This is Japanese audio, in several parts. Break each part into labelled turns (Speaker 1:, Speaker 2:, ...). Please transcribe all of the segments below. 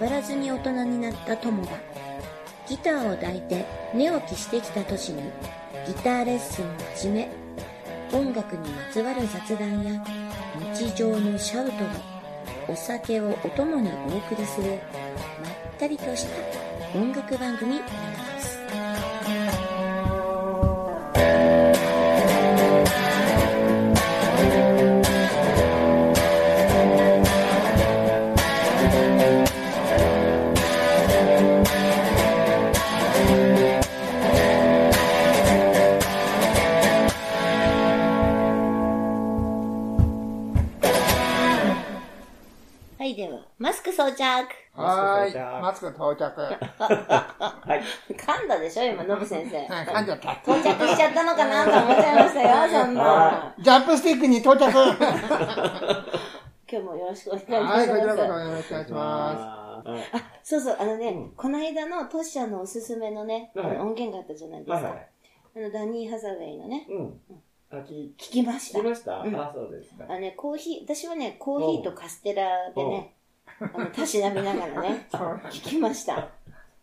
Speaker 1: ばらずに大人になった友がギターを抱いて寝起きしてきた年にギターレッスンを始め音楽にまつわる雑談や日常のシャウトがお酒をお供にお送りするまったりとした音楽番組なのですはいではマスク装着
Speaker 2: はーい。
Speaker 3: マ
Speaker 2: マスク 到着。
Speaker 3: はい。
Speaker 1: 噛んだでしょ今ノブ先生
Speaker 2: はい、噛んじゃった。
Speaker 1: 到着しちゃったのかなと思っちゃいましたよそんな
Speaker 2: ジャンプスティックに到着は
Speaker 1: 今日もよろしくお願いします、
Speaker 2: い、こちらこそよろしくお願いしま
Speaker 3: ます。はい
Speaker 1: そうそう、あのね、
Speaker 3: うん
Speaker 1: この間のトシちゃんのおすすめのね、あの
Speaker 3: はい
Speaker 1: 音源があったじゃないですか。
Speaker 3: はいはい。
Speaker 1: あの、ダニー・ハサウェイのね、
Speaker 3: うん。あ、聞
Speaker 1: 聞きまし
Speaker 3: 聞
Speaker 1: た
Speaker 3: き。ました
Speaker 1: うん
Speaker 3: あ、そうですか
Speaker 1: あ。のね、コーヒー、私はね、コーヒーとカステラでね、あの、たしなみながらね、
Speaker 2: す。
Speaker 1: 聞きました。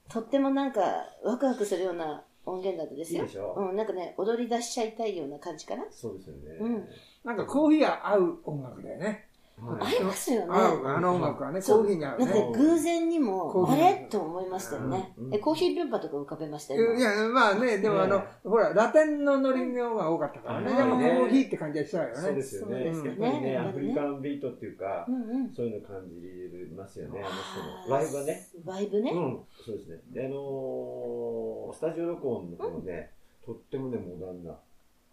Speaker 1: とってもなんか、ワクワクするような音源だったですよ。
Speaker 3: いいでしょ
Speaker 1: うん、なんかね、踊り出しちゃいたいような感じかな。
Speaker 3: そうですよね。
Speaker 1: うん
Speaker 2: なんかコーヒーが合う音楽だよね。
Speaker 3: は
Speaker 1: 合
Speaker 3: い
Speaker 1: いますよね。
Speaker 2: 合う、あの音楽はね、コーヒーに合
Speaker 1: な
Speaker 2: うん
Speaker 1: か
Speaker 2: ね。
Speaker 1: ね偶然にも、
Speaker 2: コ
Speaker 1: あ
Speaker 2: ーヒー
Speaker 1: れと思いましたよね
Speaker 3: う。ん
Speaker 1: え、コーヒールンバとか浮かべましたよ。
Speaker 2: い
Speaker 1: 今
Speaker 2: や、まあね、でもあの
Speaker 3: ね、
Speaker 2: ほら、ラテンのノリの方が多かったからね。
Speaker 1: うん
Speaker 2: でもコ
Speaker 1: ね
Speaker 2: ーヒーって感じがしたよ
Speaker 3: そうで
Speaker 2: ね。
Speaker 3: すよね。
Speaker 1: そうですよね
Speaker 3: やっぱりね、
Speaker 1: やっぱりね
Speaker 3: アフリカンビートっていうか
Speaker 1: う、んうん。
Speaker 3: そういうの感じますよね。あの
Speaker 1: あー
Speaker 3: 人の。ライブはね。。
Speaker 1: ライブね。
Speaker 3: うん。そうですね。で、あのー、スタジオ録音の方ね、とってもね、モダンな。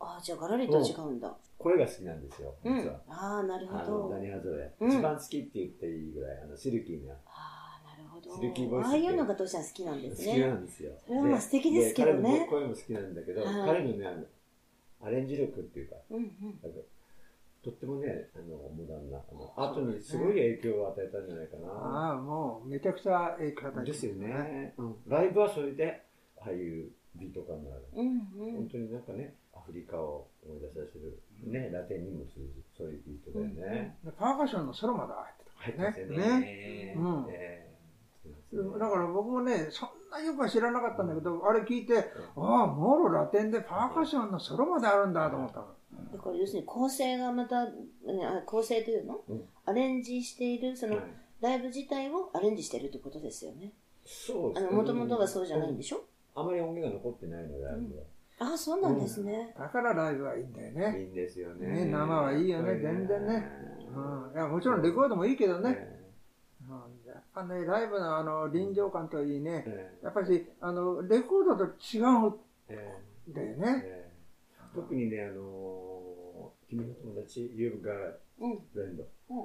Speaker 1: ああ、じゃあガラリとは違うんだ。
Speaker 3: 声が好きなんですよ、
Speaker 1: う
Speaker 3: 実
Speaker 1: ん
Speaker 3: は。。
Speaker 1: ああ、なる
Speaker 3: あ
Speaker 1: ほ
Speaker 3: の、
Speaker 1: ど
Speaker 3: ダ。ニハゾレ。
Speaker 1: うん
Speaker 3: 一番好きって言っていいぐらい、あの、シルキーな。
Speaker 1: ああ、なるほ
Speaker 3: シルキーボ
Speaker 1: ど。
Speaker 3: イス
Speaker 1: あ
Speaker 3: っ
Speaker 1: あ
Speaker 3: て
Speaker 1: いうのがどうしたら好きなんです
Speaker 3: 好きな
Speaker 1: ね。
Speaker 3: んですよ。
Speaker 1: それはまあ素敵ですけどね
Speaker 3: で彼の声も好きなんだけど、
Speaker 1: はい
Speaker 3: 彼のね、あのアレンジ力っていうか、
Speaker 1: うんうん。
Speaker 3: なんかとってもね、あの、モダンな、あの、後にすごい影響を与えたんじゃないかな。
Speaker 2: ああ、もう、めちゃくちゃええ方
Speaker 3: ですよ。ね、うんライブはそれで、ああいうビート感がある。
Speaker 1: うん
Speaker 3: 本当になんかね、アフリカを思い出させる、ね、ラテンにも通じる、そういうビートだよね。
Speaker 2: パーカッションのソロまで入って
Speaker 3: 入って
Speaker 2: た
Speaker 3: ま
Speaker 2: か
Speaker 3: す
Speaker 2: ら
Speaker 3: よ
Speaker 2: ね。
Speaker 3: ね。
Speaker 2: ね。
Speaker 3: ね
Speaker 2: うん
Speaker 3: ね
Speaker 2: だから僕もね、そんなよくは知らなかったんだけど、あれ聞いて、ああ、モールラテンでパーカッションのソロまであるんだと思ったの。
Speaker 1: うん。だから要するに構成がまた、ねあ構成というの
Speaker 3: うん
Speaker 1: アレンジしている、その
Speaker 3: はい
Speaker 1: ライブ自体をアレンジしてるってことですよね。
Speaker 3: そう
Speaker 1: あ
Speaker 3: です
Speaker 1: の、もともとはそうじゃないんで
Speaker 3: し
Speaker 1: しょ
Speaker 3: ょ、あまり音源が残ってないので、ライブは。
Speaker 1: ああ、そうなんですね。
Speaker 2: だからライブはいいんだよ
Speaker 3: い
Speaker 2: ね。
Speaker 3: いんですよ
Speaker 2: ね
Speaker 3: ね。
Speaker 2: 生はいいよね
Speaker 3: やっぱり
Speaker 2: 全然ねうん、いやもちろんレコードもいいけどね。
Speaker 3: え
Speaker 2: うん、やっぱね、ライブのあの臨場感といい
Speaker 3: え
Speaker 2: ね。
Speaker 3: え
Speaker 2: やっぱし、あの、レコードと違うん
Speaker 3: ええ
Speaker 2: だよ
Speaker 3: え
Speaker 2: ね。
Speaker 3: え特にね、あのー君の友達、You've Got
Speaker 1: うん。
Speaker 3: Friend
Speaker 1: うん。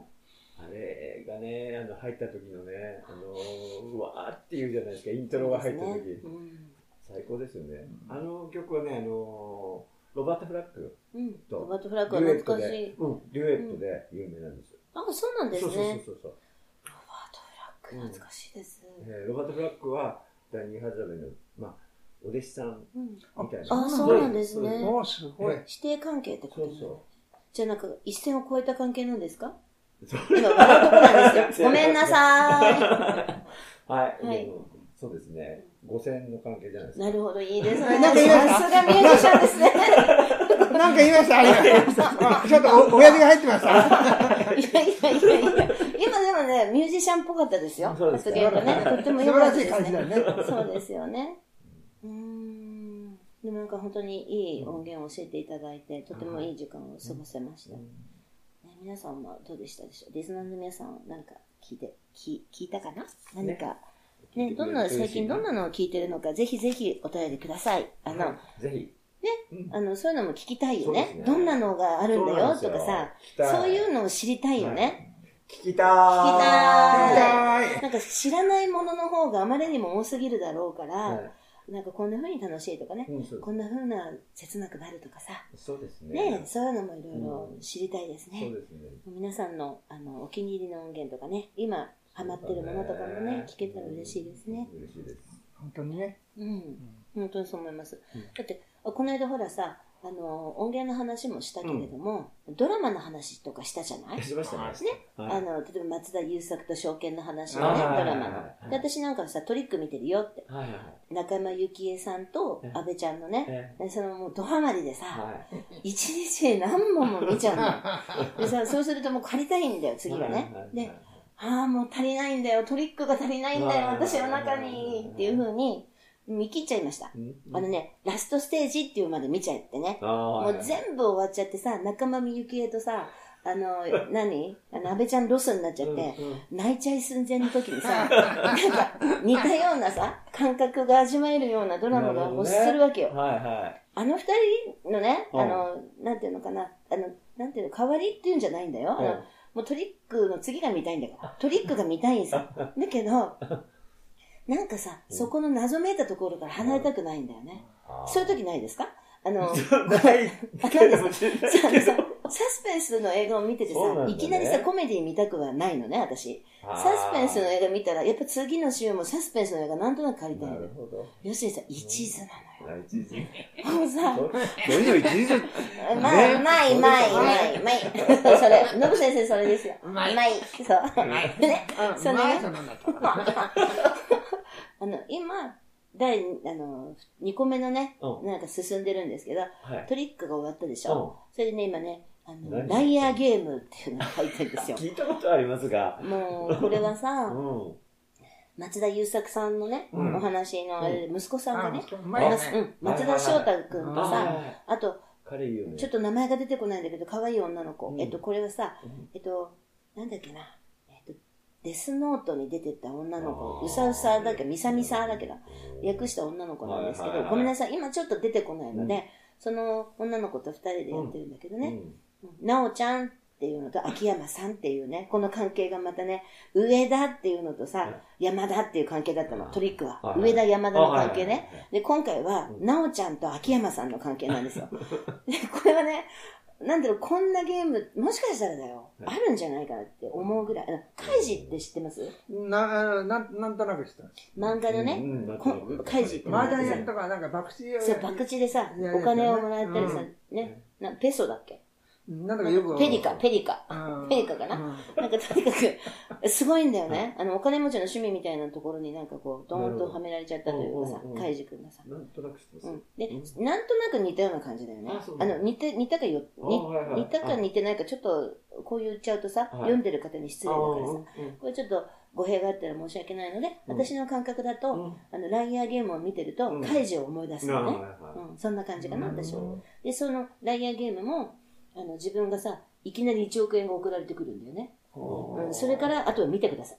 Speaker 3: あれがね、あの、入った時のね、あのーうわーって言うじゃないですか、イントロが入った
Speaker 1: そう
Speaker 3: 時。
Speaker 1: ですねうん
Speaker 3: 最高ですよね。あの曲はね、あのーロバート・フラック、
Speaker 1: うん。
Speaker 3: と
Speaker 1: ロバート・フラックは
Speaker 3: デュエット
Speaker 1: 懐かし
Speaker 3: で
Speaker 1: い、。
Speaker 3: うん、デュエットで有名なんですよ。
Speaker 1: ああ、そうなんです
Speaker 3: そうそうそう
Speaker 1: ね。
Speaker 3: そうそう。
Speaker 1: ロバート・フラック、懐かしいです。
Speaker 3: えーロバート・フラックは、ダニー・ハザベの、まあ、お弟子さん
Speaker 1: うん。
Speaker 3: みたいな。
Speaker 1: あ、そうなんですね。
Speaker 2: おお、すごい。
Speaker 1: 指定関係ってこと
Speaker 3: そう
Speaker 1: なんだ
Speaker 3: そ
Speaker 1: じゃあなんか一線を越えた関係なんですか
Speaker 3: う。そう
Speaker 1: 今笑うとこなんですよ。ごめんなさ
Speaker 3: はい。
Speaker 1: はい
Speaker 3: でもそうですね。五千の関係じゃない
Speaker 1: い。
Speaker 3: で すか。
Speaker 1: なるほど、いいですね。
Speaker 2: なんか言いました
Speaker 1: さすがミュージシャンですね。
Speaker 2: なんか言いました、ありがとうございますあちょっとお、親父が入ってました。
Speaker 1: いやいやいやいや。今でもね、ミュージシャンっぽかったですよ。
Speaker 3: そうで
Speaker 1: 発
Speaker 3: すか
Speaker 1: 言がね、とっても
Speaker 2: 素
Speaker 1: 良
Speaker 2: 晴
Speaker 1: からった
Speaker 2: しい
Speaker 1: です
Speaker 2: 感じだ
Speaker 1: ね。
Speaker 2: よね。
Speaker 1: そうですよね。うーん。でもなんか本当にいい音源を教えていただいて、とてもいい時間を過ごせました。ね、皆さんはどうでしたでしょうリスナーの皆さん、なんか聞いて、聞聞いたかな何か。ね、どんな、最近どんなのを聞いてるのか、ぜひぜひお便りください。あの、
Speaker 3: はいぜひ。ね
Speaker 1: あの、そういうのも聞きたいよ
Speaker 3: そうで
Speaker 1: ね
Speaker 3: すね。
Speaker 1: どんなのがあるんだ
Speaker 3: そうなん
Speaker 1: よ
Speaker 3: です
Speaker 1: と
Speaker 3: よ
Speaker 1: かさ
Speaker 3: 聞き、たい
Speaker 1: そういうのを知りたいよね。
Speaker 3: 聞き
Speaker 1: 聞
Speaker 3: た
Speaker 1: きた
Speaker 3: ーい。
Speaker 2: はーい。
Speaker 1: なんか知らないものの方があまりにも多すぎるだろうから、
Speaker 3: は
Speaker 1: なんかこんな風に楽しいとかね
Speaker 3: い。、うん、そう
Speaker 1: こんな風な切なくなるとかさ、
Speaker 3: そうですね。
Speaker 1: ね、そういうのもいろいろ知りたいです
Speaker 3: そう
Speaker 1: ね。
Speaker 3: ですね。
Speaker 1: 皆さんのあのお気に入りの音源とかね、今ハマってるものとかもね、聞けたら嬉しいですね。
Speaker 3: うん。嬉しいです。
Speaker 2: 本当にね。
Speaker 1: うん、本当にそう思います。だって、あこの間ほらさ、あの、音源の話もしたけれども、ドラマの話とかしたじゃない
Speaker 3: しましたね。は
Speaker 1: あ
Speaker 3: い。
Speaker 1: の、例えば松田優作と証券の話
Speaker 3: あ
Speaker 1: のね、
Speaker 3: ー
Speaker 1: ドラマ
Speaker 3: はい
Speaker 1: の。で、私なんかさ、トリック見てるよって。
Speaker 3: はいはいはい。
Speaker 1: 中山幸恵さんと
Speaker 3: ええ
Speaker 1: 安倍ちゃんのね、
Speaker 3: え
Speaker 1: でそのもうドハマりで
Speaker 3: え
Speaker 1: さ、
Speaker 3: はい。
Speaker 1: 一日で何本も見ちゃ うの。でさ、そうするともう借りたいんだよ、次はね。で、ああ、もう足りないんだよ、トリックが足りないんだよ、
Speaker 3: はい
Speaker 1: 私の中に、っていう風に見切っちゃいました。あの
Speaker 3: ね、
Speaker 1: ね、ラストステージっていうまで見ちゃってね、
Speaker 3: ああ
Speaker 1: もう全部終わっちゃってさ、仲間みゆきえとさ、あの、何あの、安倍ちゃんロスになっちゃって、泣いちゃい寸前の時にさ、なんか似たようなさ、感覚が味わえるようなドラマが欲するわけよ。
Speaker 3: はいは
Speaker 1: あの二人のね、
Speaker 3: うん
Speaker 1: あの、なんていうのかな、あの、なんていうの、代わりっていうんじゃないんだよ。あ
Speaker 3: い。
Speaker 1: のもうトリックの次が見たいんだから。トリックが見たいん さ。だけど、なんかさ、そこの謎めいたところから離れたくないんだよね。そういう時ないですかあ の、
Speaker 3: ないけどもしれない
Speaker 1: さ
Speaker 3: け
Speaker 1: さ
Speaker 3: ど。
Speaker 1: サスペンスの映画を見ててさ、
Speaker 3: そうなんだね
Speaker 1: いきなりさ、コメディ見たくはないのね、私。
Speaker 3: あー
Speaker 1: サスペンスの映画見たら、やっぱ次の週もサスペンスの映画なんとなく借りたい
Speaker 3: な
Speaker 1: のよ
Speaker 3: る。ほど。
Speaker 1: 要するにさ、一途な
Speaker 3: あ一時。
Speaker 1: のよ。もうさ、
Speaker 3: どれよ一時じゃ
Speaker 1: まあ、まあ、まあ、まあ、まあ、それ、ノブ先生それですよ。
Speaker 2: う
Speaker 1: ま
Speaker 2: ま
Speaker 1: あ、
Speaker 2: い。
Speaker 1: そう。
Speaker 2: い。
Speaker 1: ね、
Speaker 2: あ
Speaker 1: そうの
Speaker 2: まいとなんだったかな。
Speaker 1: あの、今、第、あの、2個目のね、
Speaker 3: う
Speaker 1: なんか進んでるんですけど、
Speaker 3: はい。
Speaker 1: トリックが終わったでし
Speaker 3: う
Speaker 1: ょ。
Speaker 3: ん
Speaker 1: それでね、今ね、あの、
Speaker 3: 何
Speaker 1: ライアーゲームっていうのが入ってるんですよ。
Speaker 3: 聞いたことありますが。
Speaker 1: もう、これは
Speaker 3: う
Speaker 1: さ、
Speaker 3: ん。
Speaker 1: 松田優作さんのね、
Speaker 2: うん
Speaker 1: お話の、あれで息子さんがね、
Speaker 2: あうまいね。
Speaker 1: うん松田翔太くんと
Speaker 2: はいはい
Speaker 1: さ、
Speaker 2: は
Speaker 1: あと、
Speaker 3: 彼言うね。
Speaker 1: ちょっと名前が出てこないんだけど、可愛い女の子。
Speaker 3: うん
Speaker 1: えっと、これはさ
Speaker 3: うん、
Speaker 1: えっと、なんだっけな。えっと、デスノートに出てた女の
Speaker 3: あー
Speaker 1: 子、うさうさだっけ、みさみさだっけど、訳した女の子なんですけ
Speaker 3: はいはい
Speaker 1: ど、
Speaker 3: はい
Speaker 1: ごめんなさい、今ちょっと出てこないの
Speaker 3: うん
Speaker 1: で、その女の子と二人でやってるんだけど
Speaker 3: う
Speaker 1: ね、
Speaker 3: ん。
Speaker 1: なおちゃんっていうのと秋山さんっていうね、この関係がまたね、上田っていうのとさ、山田っていう関係だったの、トリックは。
Speaker 3: はいはい
Speaker 1: 上田山田の関係ね。
Speaker 3: あ。はいはいはい
Speaker 1: で、今回は、
Speaker 3: うん
Speaker 1: なおちゃんと秋山さんの関係なん ですよ。で、これはね、なんだろう、こんなゲーム、もしかしたらだよ、
Speaker 3: は
Speaker 1: あるんじゃないかなって思うぐらい。あの、カイジって知ってます
Speaker 2: な、なん、なんとなく知ってます。
Speaker 1: 漫画のね、
Speaker 3: うん、
Speaker 1: こカイジって
Speaker 2: マ
Speaker 1: 漫
Speaker 2: ージ
Speaker 1: 画
Speaker 2: ャン
Speaker 1: で
Speaker 2: や
Speaker 1: さ
Speaker 2: るとか、なんか博打
Speaker 1: そう、博打でさ
Speaker 2: いや、いや
Speaker 1: お金をもらったりさ、ね、なペソだっけ
Speaker 2: なんだかよく。
Speaker 1: ペリカ、ペリカ。
Speaker 2: うん。
Speaker 1: ペリカかな
Speaker 2: うん
Speaker 1: なんかとにかく、すごいんだよね。あの、お金持ちの趣味みたいなところになんかこう、ドーンとはめられちゃったというか
Speaker 3: なる
Speaker 1: さ
Speaker 3: ほどうんうんう、ん
Speaker 1: カイジ君がさ。
Speaker 3: なんとなく知ってます。
Speaker 1: うん、で、
Speaker 3: う
Speaker 1: なんとなく似たような感じだよね。
Speaker 3: あそう
Speaker 1: あ
Speaker 3: なんだ
Speaker 1: の似て似たかよ
Speaker 3: あはいはい
Speaker 1: 似似たか似てないか、ちょっとこう言っちゃうとさ、
Speaker 3: い
Speaker 1: 読んでる方に失礼だからさ、
Speaker 3: あーうんうん
Speaker 1: これちょっと語弊があったら申し訳ないので、
Speaker 3: うん
Speaker 1: 私の感覚だと、
Speaker 3: うん
Speaker 1: あの、ライアーゲームを見てると
Speaker 3: うん、
Speaker 1: カイジを思い出す
Speaker 3: なる
Speaker 1: の
Speaker 3: ほ
Speaker 1: ね
Speaker 3: ど、はいはい
Speaker 1: うん。そんな感じかな、
Speaker 2: うん
Speaker 1: 私は。で、そのライアーゲームも、あの、自分がさ、いきなり1億円が送られてくるんだよね。
Speaker 3: う
Speaker 1: うんん、それから、あとは見てください。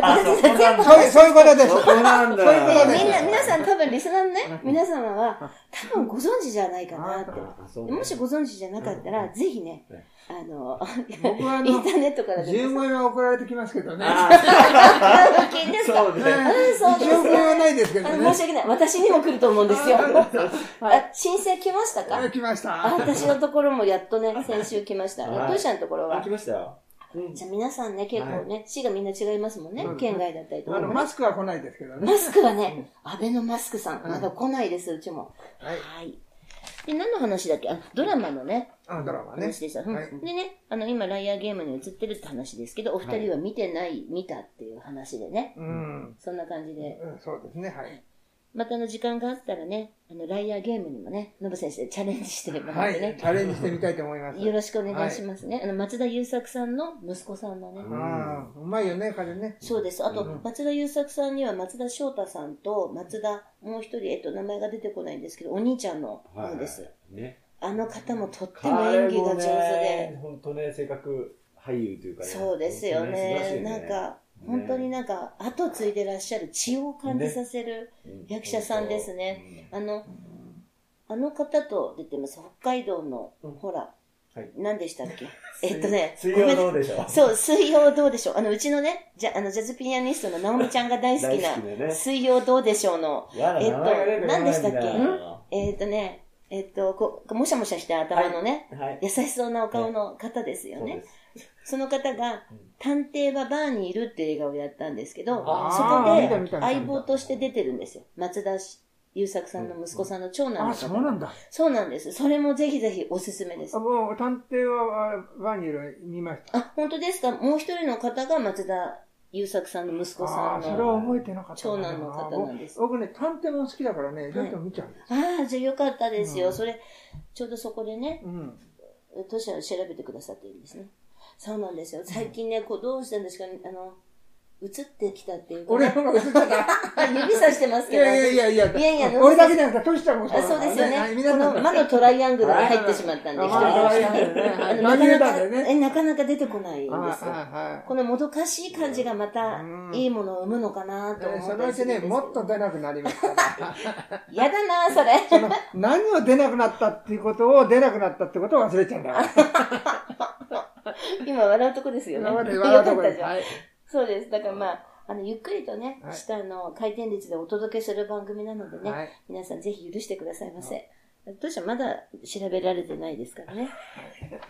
Speaker 3: あそう
Speaker 1: 全部
Speaker 2: そういう、そういうことです。
Speaker 3: そこなんだ。
Speaker 2: そういうこと
Speaker 1: で
Speaker 2: です
Speaker 1: みんな、皆さん多分リスナーのね、皆様は、多分ご存知じゃないかなって。
Speaker 3: あそうね
Speaker 1: もしご存知じゃなかったら、ぜひね、あの、
Speaker 2: 僕はあ
Speaker 1: イン
Speaker 2: の
Speaker 1: タ、ーネットからで
Speaker 2: 10
Speaker 1: も、
Speaker 2: 万円は送られてきますけどね。
Speaker 3: あ
Speaker 1: あ聞いてん
Speaker 3: ー
Speaker 1: すか
Speaker 3: そう
Speaker 2: ね
Speaker 3: ね。
Speaker 1: うんそうです
Speaker 2: 1億円はないですけど
Speaker 1: あ
Speaker 2: ね
Speaker 1: の申。し訳ない。私にも来ると思うんですよ。
Speaker 2: はい。
Speaker 1: あ申請来ましたか
Speaker 2: 来まし
Speaker 1: あ
Speaker 2: た。
Speaker 1: 私のところもやっとね、先週来ました。
Speaker 3: はい
Speaker 1: トシさんのところ
Speaker 3: あ
Speaker 1: は
Speaker 3: 来。ましたよ。うん
Speaker 1: じゃあ皆さんね、結構ね、市がみんな違いますもんね
Speaker 2: そう。ですね
Speaker 1: 県外だったりと
Speaker 2: あ
Speaker 1: か
Speaker 2: の、。マスクは来ないですけどね。
Speaker 1: マスクはね、安倍のマスクさん、まだ来ないです、うちも。
Speaker 2: は
Speaker 1: は
Speaker 2: い。
Speaker 1: い。で、何の話だっけあドラマのね、
Speaker 2: あのドラマね
Speaker 1: 話。でした。うん
Speaker 2: はい
Speaker 1: でね、あの、今、ライアーゲームに映ってるって話ですけど、お二人は見てない、見たっていう話でね、
Speaker 2: うん。
Speaker 1: そんな感じで、
Speaker 2: うんそうですね、はい。
Speaker 1: またあの時間があったらね、あの、ライアーゲームにもね、ノブ先生チャレンジしてもら
Speaker 2: は
Speaker 1: って
Speaker 2: い。
Speaker 1: ね
Speaker 2: チ、ャレンジしてみたいと思います。
Speaker 1: よろしくお願いしますね。あの、松田優作さんの息子さんのね、
Speaker 3: うん
Speaker 2: ああ、うまいよね、彼ね。
Speaker 1: そうです。あと、
Speaker 2: うん
Speaker 1: 松田優作さんには松田翔太さんと、松田、もう一人、えっと、名前が出てこないんですけど、お兄ちゃんの
Speaker 3: はい
Speaker 1: 方です。。
Speaker 3: ね。
Speaker 1: あの方もとっても演技が上手で。。
Speaker 3: 本当ね、性格俳優というかね。
Speaker 1: そうですよね。
Speaker 3: 本当
Speaker 1: なん
Speaker 3: 素晴らしいね、
Speaker 1: か、本当になんか、後継いでらっしゃる血を感じさせる、
Speaker 3: うん
Speaker 1: 役者さんですね。
Speaker 3: う
Speaker 1: あの、あの方と出てます。北海道の、
Speaker 3: うん
Speaker 1: ほら、
Speaker 3: はい
Speaker 1: 何でしたっけ
Speaker 3: ん
Speaker 1: えっとね、
Speaker 3: 水
Speaker 1: ごめ
Speaker 3: 曜
Speaker 1: んな
Speaker 3: どうでしょう。
Speaker 1: そう、水曜どうでしょう。あの、うちのね、じゃあのジャズピアニストの直美ちゃんが大好きな
Speaker 3: 大好きで、ね
Speaker 1: 水曜どうでしょうの、
Speaker 3: やだ
Speaker 1: えっと
Speaker 3: 名前が出てこないんだ
Speaker 1: 何でしたっけえっとね、えっと、こう、もしゃもしゃした頭のね、
Speaker 3: はい。
Speaker 1: 優しそうなお顔の方ですよね。
Speaker 3: す。
Speaker 1: その方が
Speaker 3: うん、
Speaker 1: 探偵はバーにいるっていう映画をやったんですけど、そ
Speaker 3: あ
Speaker 1: こ
Speaker 3: ー
Speaker 1: で相棒として出てるんですよ。松田し優作さんの息子さんの長男
Speaker 2: あ、
Speaker 1: の
Speaker 2: そ
Speaker 1: 方
Speaker 2: うなんだ。
Speaker 1: そうなんです。それもぜひぜひおすすめです
Speaker 2: あ。もう探偵はあバニル見ました。
Speaker 1: あ、本当ですかもう一人の方が松田優作さんの息子さ
Speaker 2: あ
Speaker 1: ん
Speaker 2: ーそれ
Speaker 1: の。
Speaker 2: は覚えてなかった
Speaker 1: 長男の方なんです
Speaker 2: 僕僕ね、探偵も好きだからね、ちょっと見ちゃうんです。
Speaker 1: ああ、じゃあよかったですよ。
Speaker 2: うん
Speaker 1: それ、ちょうどそこでね、
Speaker 2: うん。
Speaker 1: トシャを調べてくださってるんですね。そうなんですよ。最近ね、こうどうしたんですかね、あの、映ってきたっていうか
Speaker 2: 俺
Speaker 1: ね、
Speaker 2: の方が映っちゃった。
Speaker 1: 指さしてます
Speaker 2: い
Speaker 1: けど。
Speaker 2: やいやいやいや、
Speaker 1: いやいや
Speaker 2: 俺だけじゃなくて、トシちゃんも
Speaker 1: あそうですよ
Speaker 2: は
Speaker 1: ね。
Speaker 2: い
Speaker 1: こ
Speaker 2: 皆さんだ
Speaker 1: の魔のトライアングルに入ってしまったんで、
Speaker 2: あ
Speaker 1: 一
Speaker 2: ー
Speaker 1: 人で
Speaker 2: あー
Speaker 1: あの
Speaker 2: まあ
Speaker 1: な
Speaker 2: 逃
Speaker 1: かな
Speaker 2: げ
Speaker 1: か
Speaker 2: たんだよ
Speaker 1: え
Speaker 2: ね。
Speaker 1: なかなか出てこないんです
Speaker 2: あー
Speaker 1: よ。
Speaker 2: あ
Speaker 1: このもどかしい感じがまた
Speaker 2: うん
Speaker 1: いいものを生むのかな
Speaker 2: ー
Speaker 1: と
Speaker 2: はいえー
Speaker 1: 思っ
Speaker 2: そ
Speaker 1: た
Speaker 2: の
Speaker 1: り
Speaker 2: う
Speaker 1: する
Speaker 2: ち
Speaker 1: んで
Speaker 2: ね、
Speaker 1: すけど
Speaker 2: もっと出なくなりましたから。
Speaker 1: やだな、それ。
Speaker 2: その何を出なくなったっていうことを、出なくなったってことを忘れちゃうんだか ら。
Speaker 1: 今笑うとこですよね。
Speaker 2: 今
Speaker 1: よ
Speaker 2: ま
Speaker 1: かっ
Speaker 2: で笑うとこ
Speaker 1: た
Speaker 2: で
Speaker 1: じ
Speaker 2: す。
Speaker 1: ゃん。
Speaker 2: はい
Speaker 1: そうです。だからまあ、あの、ゆっくりとね、
Speaker 2: はい
Speaker 1: 下の回転率でお届けする番組なのでね、
Speaker 2: はい
Speaker 1: 皆さんぜひ許してくださいませ。どうしてもまだ調べられてないですからね。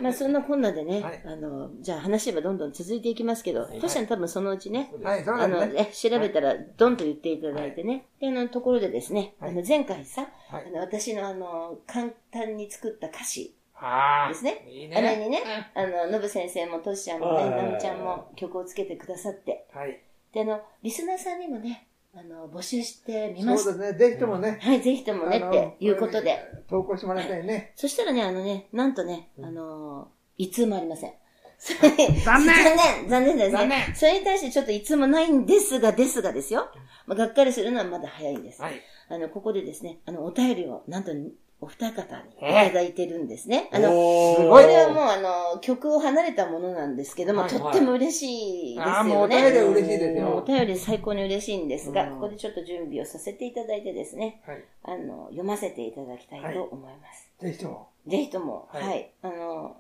Speaker 1: まあそんなこんなでね、
Speaker 2: はい
Speaker 1: あの、じゃあ話はどんどん続いていきますけど、
Speaker 3: はい
Speaker 1: トシさん多分そのうちね、
Speaker 2: はい、そう
Speaker 1: あ
Speaker 2: で
Speaker 1: の、
Speaker 2: すね。
Speaker 1: ね、調べたらドンと言っていただいてね。で、あの、ところでですね、
Speaker 2: はい
Speaker 1: あの、前回さ、
Speaker 2: はい
Speaker 1: あの、私のあの、簡単に作った歌詞
Speaker 2: あ
Speaker 1: ですね。
Speaker 2: あ、いい
Speaker 1: あれにね、あの、ノブ先生もトシちゃんも
Speaker 3: は
Speaker 1: ね、
Speaker 3: い
Speaker 1: ナミちゃんも曲をつけてくださって、
Speaker 2: はい。
Speaker 1: で、あの、リスナーさんにもね、あの、募集してみ
Speaker 2: そう
Speaker 1: ま
Speaker 2: で
Speaker 1: した。
Speaker 2: すね、ぜひともね、
Speaker 1: はい、ぜひともね、
Speaker 2: あの
Speaker 1: っていうことで。
Speaker 2: 投稿してもらいたいね。
Speaker 1: そしたらね、あのね、なんとね、あのー、いつもありません。
Speaker 2: 残念
Speaker 1: 残念残念ですね。
Speaker 2: 残念
Speaker 1: それに対してちょっといつもないんですが、ですがですよ。まあ、がっかりするのはまだ早いんです。
Speaker 2: はい。
Speaker 1: あの、ここでですね、あの、お便りを、なんと、お二方にいただいてるんですね。あの、
Speaker 3: す
Speaker 1: これはもうあの、曲を離れたものなんですけども、
Speaker 2: はい
Speaker 1: とっても嬉しいですよね。
Speaker 2: ああ、もうお便りは嬉しいです
Speaker 1: もうお
Speaker 2: よ。
Speaker 1: 便り最高に嬉しいんですが、
Speaker 2: うん
Speaker 1: ここでちょっと準備をさせていただいてですね、
Speaker 2: はい。
Speaker 1: あの、読ませていただきたいと思います。
Speaker 2: ぜひとも。
Speaker 1: ぜひとも、は、
Speaker 2: はいい
Speaker 1: あの、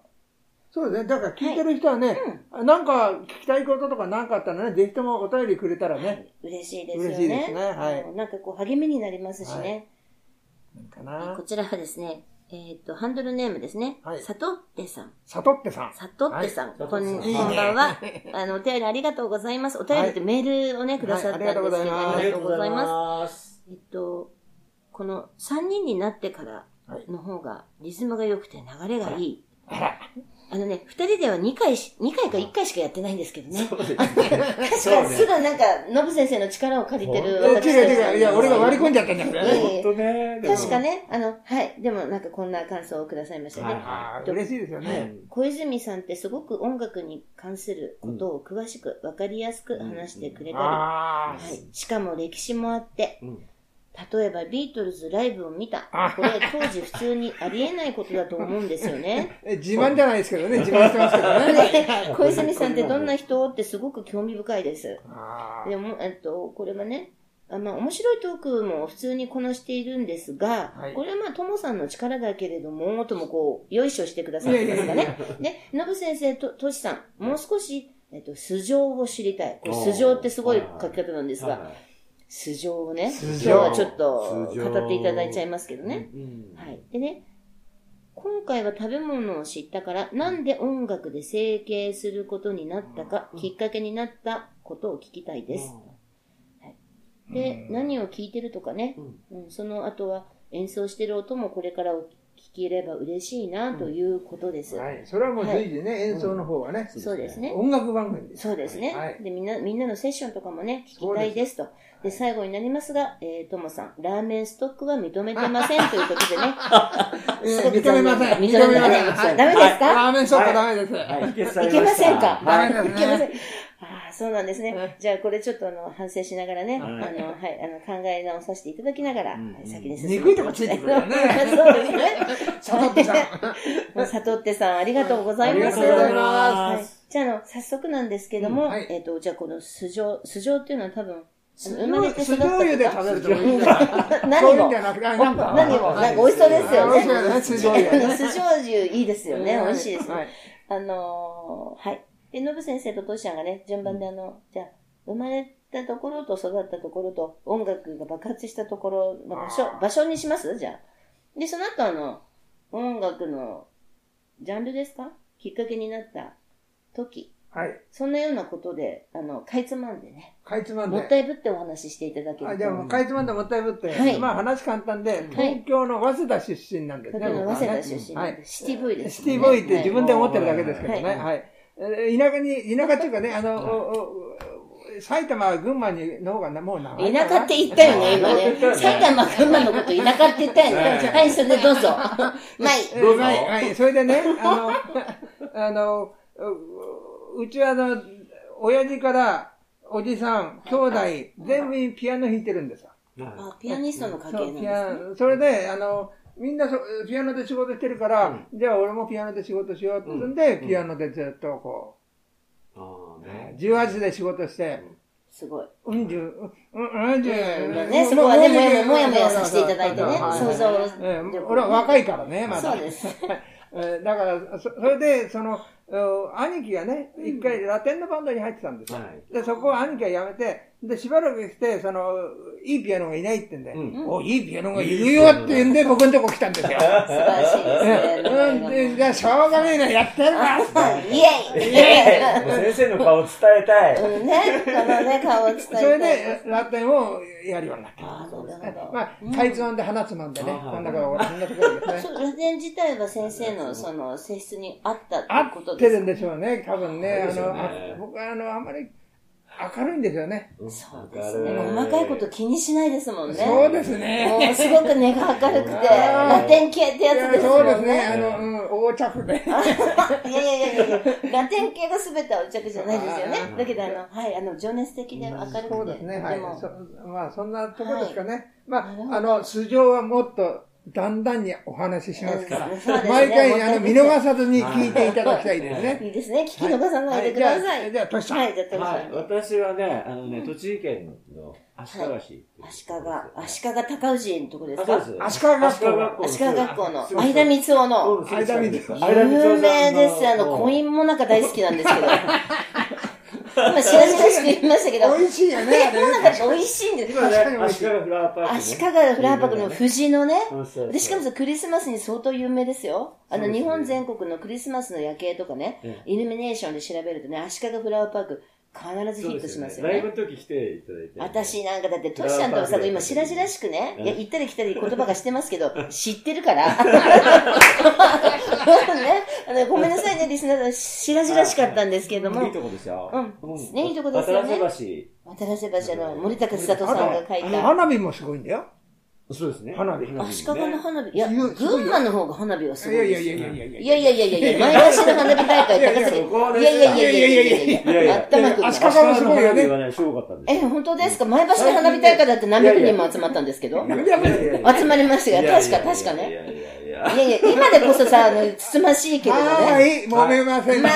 Speaker 2: そうですね。だから聞いてる人はね、なんか聞きたいこととか何かあったらね、ぜひともお便りくれたらね、
Speaker 1: 嬉しいですよね。
Speaker 2: 嬉しいですねはい
Speaker 1: あのなんかこう、励みになりますしね。
Speaker 2: いいかな
Speaker 1: こ。ちらはですね、えっ、と、ハンドルネームですね。
Speaker 2: はい
Speaker 1: さとってさん。
Speaker 2: さとってさん。
Speaker 1: さとってさん。
Speaker 3: はい
Speaker 1: こん
Speaker 3: さとってさん
Speaker 1: こんばんは。あの、お便りありがとうございます。お便りってメールをね、くださったんですけど、
Speaker 2: はいあ
Speaker 3: あ
Speaker 2: り
Speaker 3: りがとうござい
Speaker 1: す。
Speaker 3: ます。
Speaker 1: えっと、この3人になってから
Speaker 2: はい
Speaker 1: の方がリズムが良くて流れがいい。
Speaker 2: あら。
Speaker 1: あのね、2人では2回し、2回か1回しかやってないんですけどね。
Speaker 3: そうですね。
Speaker 1: 確
Speaker 3: そう
Speaker 1: か
Speaker 3: ね
Speaker 1: すぐなんか、ノブ先生の力を借りて
Speaker 2: え
Speaker 1: る
Speaker 2: 違う
Speaker 1: 私たち
Speaker 2: 違う。いや、俺が割り込んじゃったんだから
Speaker 1: いえい
Speaker 2: ね。
Speaker 1: え
Speaker 3: 本当 ね。でも
Speaker 1: 確か。ね、あの、はい。でもなんかこんな感想をくださいましたね。
Speaker 3: はい
Speaker 2: ああ、嬉しいですよ
Speaker 3: う
Speaker 2: ね。
Speaker 3: ん
Speaker 1: 小泉さんってすごく音楽に関することを詳しく分かりやすく話してくれたり、は
Speaker 2: あ
Speaker 1: い、しかも歴史もあって
Speaker 3: うん
Speaker 1: 例えばビートルズライブを見たこれ当時普通にありえないことだと思うんですよね
Speaker 2: あ、自慢じゃないですけどね、自慢してますけどね。
Speaker 1: で小泉さんってどんな人ってすごく興味深いです
Speaker 2: あ
Speaker 1: でも、えっと、これはねあまあ、面白いトークも普通にこなしているんですが、
Speaker 2: はい
Speaker 1: これはまあ、ともさんの力だけれども、ともこう、よいしょしてくださってますか
Speaker 2: いやい
Speaker 1: ね。ね、のぶ先生と、としさん、もう少し、えっと、素性を知りたい。これ素性ってすごい書き方なんですが、
Speaker 3: は
Speaker 1: 素性をね、今
Speaker 3: 素
Speaker 1: 日
Speaker 3: 性
Speaker 1: はちょっと
Speaker 3: 素性
Speaker 1: 語っていただいちゃいますけど
Speaker 3: い
Speaker 1: ね。
Speaker 3: うん
Speaker 1: はい。でね、今回は食べ物を知ったから、なんで音楽で整形することになったか、きっかけになったことを聞きたいです。で、何を聞いてるとかね、うん、その後は演奏してる音もこれからお聞ければ嬉しいなということです。
Speaker 2: はい。それはもう随時ね、演奏の方はね、
Speaker 1: そうですね。
Speaker 2: 音楽番組です。
Speaker 1: そうですね、
Speaker 2: はい。
Speaker 1: でみんな。みんなのセッションとかもね、聞きたいですと。で、最後になりますが、えーともさん、ラーメンストックは認めてませんということでね。すごく
Speaker 2: 認めません。
Speaker 1: 認
Speaker 2: 認
Speaker 1: め
Speaker 2: め
Speaker 1: ま
Speaker 2: ま
Speaker 1: せ
Speaker 2: せ
Speaker 1: ん
Speaker 2: ん。
Speaker 1: はいダメですか
Speaker 2: ラーメンショットダメです。
Speaker 3: はい。いけ
Speaker 1: いけませんか
Speaker 3: はい。
Speaker 2: ダメ
Speaker 1: い
Speaker 2: で
Speaker 1: け
Speaker 2: す
Speaker 1: ません
Speaker 2: ね。
Speaker 1: ああ、そうなんですね。じゃあ、これちょっとあの反省しながらね、あの、はい、あの考え直させていただきながら、
Speaker 3: ん
Speaker 1: はい先に進め
Speaker 2: 憎いとこついてくるよね。
Speaker 1: そうですね。
Speaker 2: 佐藤 さん。
Speaker 1: もう悟ってさん、ありがとうございます。
Speaker 2: ありがとうござい
Speaker 1: は
Speaker 2: ま
Speaker 1: い、じゃあ、あの、早速なんですけども、
Speaker 2: うんはい
Speaker 1: えっ、と、じゃあ、この素性、素性っていうのは多分、生まれて育
Speaker 2: 酢
Speaker 1: った
Speaker 2: 醤油
Speaker 1: と
Speaker 2: で
Speaker 1: か
Speaker 2: 食べるとかいいんじゃな い
Speaker 1: 何
Speaker 2: そういうん
Speaker 1: を
Speaker 2: じゃなくて、あなんか。
Speaker 1: 何をなんか美味しそうですよね
Speaker 2: 美味しそうだね、酢醤油 ね。
Speaker 1: 素性油いいですよね。美味しいですね。
Speaker 2: はい。
Speaker 1: あのーはい。で、のぶ先生とトシちゃんがね、順番であの、じゃあ、生まれたところと育ったところと、音楽が爆発したところの場所
Speaker 2: あ、ー
Speaker 1: 場所にしますじゃあ。で、その後あの、音楽のジャンルですかきっかけになった時、
Speaker 2: はい。
Speaker 1: そんなようなことで、あの、かいつまんでね、
Speaker 2: かいつまん
Speaker 1: もっ
Speaker 2: で。
Speaker 1: たいぶってお話ししていただけ
Speaker 2: あ
Speaker 1: る
Speaker 2: じゃあもうかいつまんでもったいぶって、
Speaker 1: はい
Speaker 2: まあ話簡単で、東京の早稲田出身なんで
Speaker 1: と。
Speaker 2: すね。
Speaker 1: 例え
Speaker 2: 僕
Speaker 1: ば、
Speaker 2: は
Speaker 1: 早稲
Speaker 2: ね
Speaker 1: 田出身
Speaker 2: は
Speaker 1: なん
Speaker 2: い
Speaker 1: で、シティボーイです、ね。
Speaker 2: シティボーイって自分で思ってるだけですけどね。
Speaker 1: は
Speaker 2: はいい。えー田舎に、田舎っていうかね、あの、おおお埼玉、群馬にの方がなもう長いか
Speaker 1: 田
Speaker 2: な。
Speaker 1: 舎って言ったよね、今ね。埼玉、群馬のこと田舎って言ったよね。はい、それでどうぞ。ない。
Speaker 2: えー
Speaker 3: どうぞ
Speaker 2: はい、はい。それでね、 あの、あの、ううちはあの、親父から、おじさん、兄弟、全員ピアノ弾いてるんですよ。
Speaker 1: あ、ピアニストの家系
Speaker 2: そ
Speaker 1: な
Speaker 2: うん
Speaker 1: です
Speaker 2: ピ
Speaker 1: ね
Speaker 2: ア。それで、あの、みんなそピアノで仕事してるから、じゃあ俺もピアノで仕事しようってんで、
Speaker 3: うん
Speaker 2: ピアノでずっとこ
Speaker 3: ああ
Speaker 2: う、
Speaker 3: ね。
Speaker 2: 18で仕事して、
Speaker 1: すごい。
Speaker 2: うんじゅう、うん、うんじゅう。
Speaker 1: ね、そこはね、もやもやもやもやさせていただいてね、想像を
Speaker 2: ええ俺は若いからね、まだ。
Speaker 1: そうです。
Speaker 2: えーだから、そそれで、その、うん兄貴がね、一回ラテンのバンドに入ってたんですよ。
Speaker 3: はい
Speaker 2: で、そこを兄貴が辞めて、で、しばらくして、その、いいピアノがいないって言うんで、
Speaker 3: うん
Speaker 2: お、いいピアノがいるよって言うんで、僕のとこ来たんですよ。
Speaker 1: 素晴らしいですね
Speaker 2: うん、でじゃあ、しょうがねえな、やってやるわ
Speaker 1: イエイ
Speaker 3: 先生の顔伝えたい。
Speaker 1: うんね、このね、顔を伝え
Speaker 2: それ
Speaker 1: て。
Speaker 2: で、ラテンをやるようになった。
Speaker 1: あーなるほど
Speaker 2: まあ、タイツ音で花つまんでね、
Speaker 3: あー
Speaker 2: 真ん中がこんなところですね。
Speaker 1: そうラテン自体は先生のその性質に合ったって
Speaker 2: 合
Speaker 1: いうこと
Speaker 2: って
Speaker 1: です
Speaker 2: るんでしょうね、多分ね。あ
Speaker 3: そうですよ
Speaker 2: の、
Speaker 3: ね
Speaker 2: あ僕はあの、あんまり明るいんですよね。
Speaker 1: そうですね。細かいこと気にしないですもんね。
Speaker 2: そうですね。
Speaker 1: もうすごく根が明るくて、ラテン系って
Speaker 2: い
Speaker 1: やつで
Speaker 2: や
Speaker 1: す
Speaker 2: そう
Speaker 1: よ
Speaker 2: ですね、
Speaker 1: ね。
Speaker 2: あの、うん、横着で。
Speaker 1: いやいやいやいや、ラテン系が全てはお着じゃないですよね。だけど、あの、はい、あの、情熱的で明るくて。
Speaker 2: そうですね、はい
Speaker 1: でも。
Speaker 2: そまあ、そんなとこですかね。
Speaker 1: なるほ
Speaker 2: ま
Speaker 1: ど
Speaker 2: あ、あの、素性はもっと、だんだんにお話ししますから、
Speaker 1: うんそうですね
Speaker 2: 毎回、あ
Speaker 1: も
Speaker 2: の、
Speaker 1: う
Speaker 2: 見逃さずに聞いていただきたいですね。
Speaker 1: いいですね。聞き逃さないでくださ。
Speaker 2: はいじゃあじゃあトシさん
Speaker 1: はい、じゃあ、トシさん
Speaker 3: はい、私はね、あのね、栃木県の足利市っていう。
Speaker 1: 足利、足利高氏のとこです
Speaker 3: そう
Speaker 1: か
Speaker 3: です
Speaker 2: 足利学校
Speaker 1: 足利学校の
Speaker 3: そうそ
Speaker 1: 相
Speaker 3: う
Speaker 1: 田光夫の。
Speaker 3: そうです
Speaker 2: 間見て
Speaker 3: そうです間見て
Speaker 1: 有名です。あの、
Speaker 3: もう
Speaker 1: コインもなんか大好きなんですけど。今、知らしらしく言いましたけど、 コイ
Speaker 2: 美味しいよね、あれ
Speaker 1: ンもなんか美味しいんです
Speaker 3: 今ね
Speaker 2: 確かに美味
Speaker 3: 足
Speaker 2: しい
Speaker 3: 利フラワーパークね。
Speaker 1: 足利フラワーパークの藤のね
Speaker 3: そうそうそう
Speaker 1: でしかもそれクリスマスに相当有名ですよあの
Speaker 3: そうですね
Speaker 1: 日本全国のクリスマスの夜景とかね、
Speaker 3: え
Speaker 1: イルミネーションで調べるとね足利フラワーパーク必ずヒットしますよね
Speaker 3: ライブの時来ていただいて。
Speaker 1: 私なんかだってトシちゃんとはさ今しらじらしくね、いや行ったり来たり言葉がしてますけど知ってるからねあのごめんなさいねリスナーさんしらじらしかったんですけれども
Speaker 3: いいとこですよ。
Speaker 1: うんねいいとこですよね
Speaker 3: 渡瀬
Speaker 1: 渡瀬橋の森高千里さんが書い
Speaker 2: あと
Speaker 1: た
Speaker 2: 花火もすごいんだよ。
Speaker 3: 橋。そうですね。
Speaker 2: 花火
Speaker 1: 足利の
Speaker 3: 火。
Speaker 1: 花火いや
Speaker 2: すごい
Speaker 1: 群馬の方が花火はす
Speaker 2: い
Speaker 1: ご
Speaker 2: や
Speaker 1: い
Speaker 2: い
Speaker 1: で
Speaker 2: や
Speaker 1: す
Speaker 2: い
Speaker 1: よ
Speaker 2: やいやいや
Speaker 1: いやいやいやいやいや、前橋の花火大会高崎。
Speaker 3: いやいやそこです
Speaker 1: いやいやいやいやいやいやいやいやいや全く。
Speaker 2: 足利もすごいよね
Speaker 3: 足利の花火はね、すごかったんです
Speaker 1: え、本当ですか前橋の花火大会だって何百人も集まったんですけど。
Speaker 2: なんでやめ
Speaker 3: いやいやいや
Speaker 1: 集まりましたよ。確か、確か
Speaker 3: い
Speaker 1: ね。
Speaker 3: やいやいやい
Speaker 1: い
Speaker 3: や。
Speaker 1: やいや、今でこそさ、あの、つつましいけれど
Speaker 2: は
Speaker 1: ね。
Speaker 2: い、揉めませんね。
Speaker 1: ま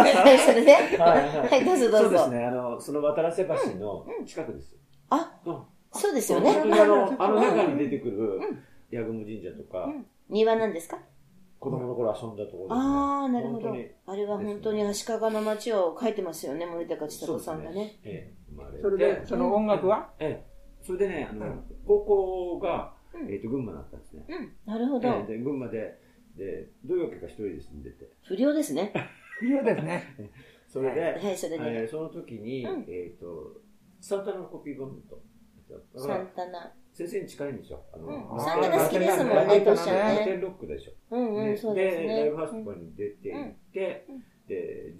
Speaker 1: あいい。それで。はい、どうぞど
Speaker 3: そううです
Speaker 1: ぞ。
Speaker 3: ね、あの、その渡良瀬橋の近くですよ。
Speaker 1: あ、
Speaker 3: うん
Speaker 1: そうですよ
Speaker 3: 本
Speaker 1: ね
Speaker 3: 当。にあの、あの中に出てくる、八雲神社とか、
Speaker 1: 庭なんですか
Speaker 3: 子供の頃遊んだところですね。
Speaker 1: ああ、なるほど
Speaker 3: 本当に。
Speaker 1: あれは本当に足利の街を描いてますよね、森高千
Speaker 3: そ
Speaker 1: 里
Speaker 3: うです
Speaker 1: さんがね。。
Speaker 3: ええ、生まれて。
Speaker 2: それで、その音楽は
Speaker 3: ええ、それでね、あの、
Speaker 2: うん
Speaker 3: 高校が、
Speaker 1: うん
Speaker 3: えっと、群馬だったんですね。
Speaker 1: うん、なるほ
Speaker 3: ええ
Speaker 1: ど。
Speaker 3: で、群馬で、で、どういうわけか一人で住んでて。
Speaker 1: 不良ですね。
Speaker 2: いいよですね。
Speaker 3: それで、
Speaker 1: はい、それで。
Speaker 3: ええその時に、
Speaker 1: うん
Speaker 3: えっと、サンタナのコピーバンドと。だか
Speaker 1: サン
Speaker 3: ら、
Speaker 1: タナ。
Speaker 3: 先生に近いんですよ。あの
Speaker 1: うん
Speaker 2: サンタナ好き
Speaker 1: ですもんね
Speaker 2: どうしてもね
Speaker 3: ラテンロックでしょ。
Speaker 1: うんうん、そうですね。
Speaker 3: ライブハウスとかに出ていって、
Speaker 1: うん
Speaker 3: で、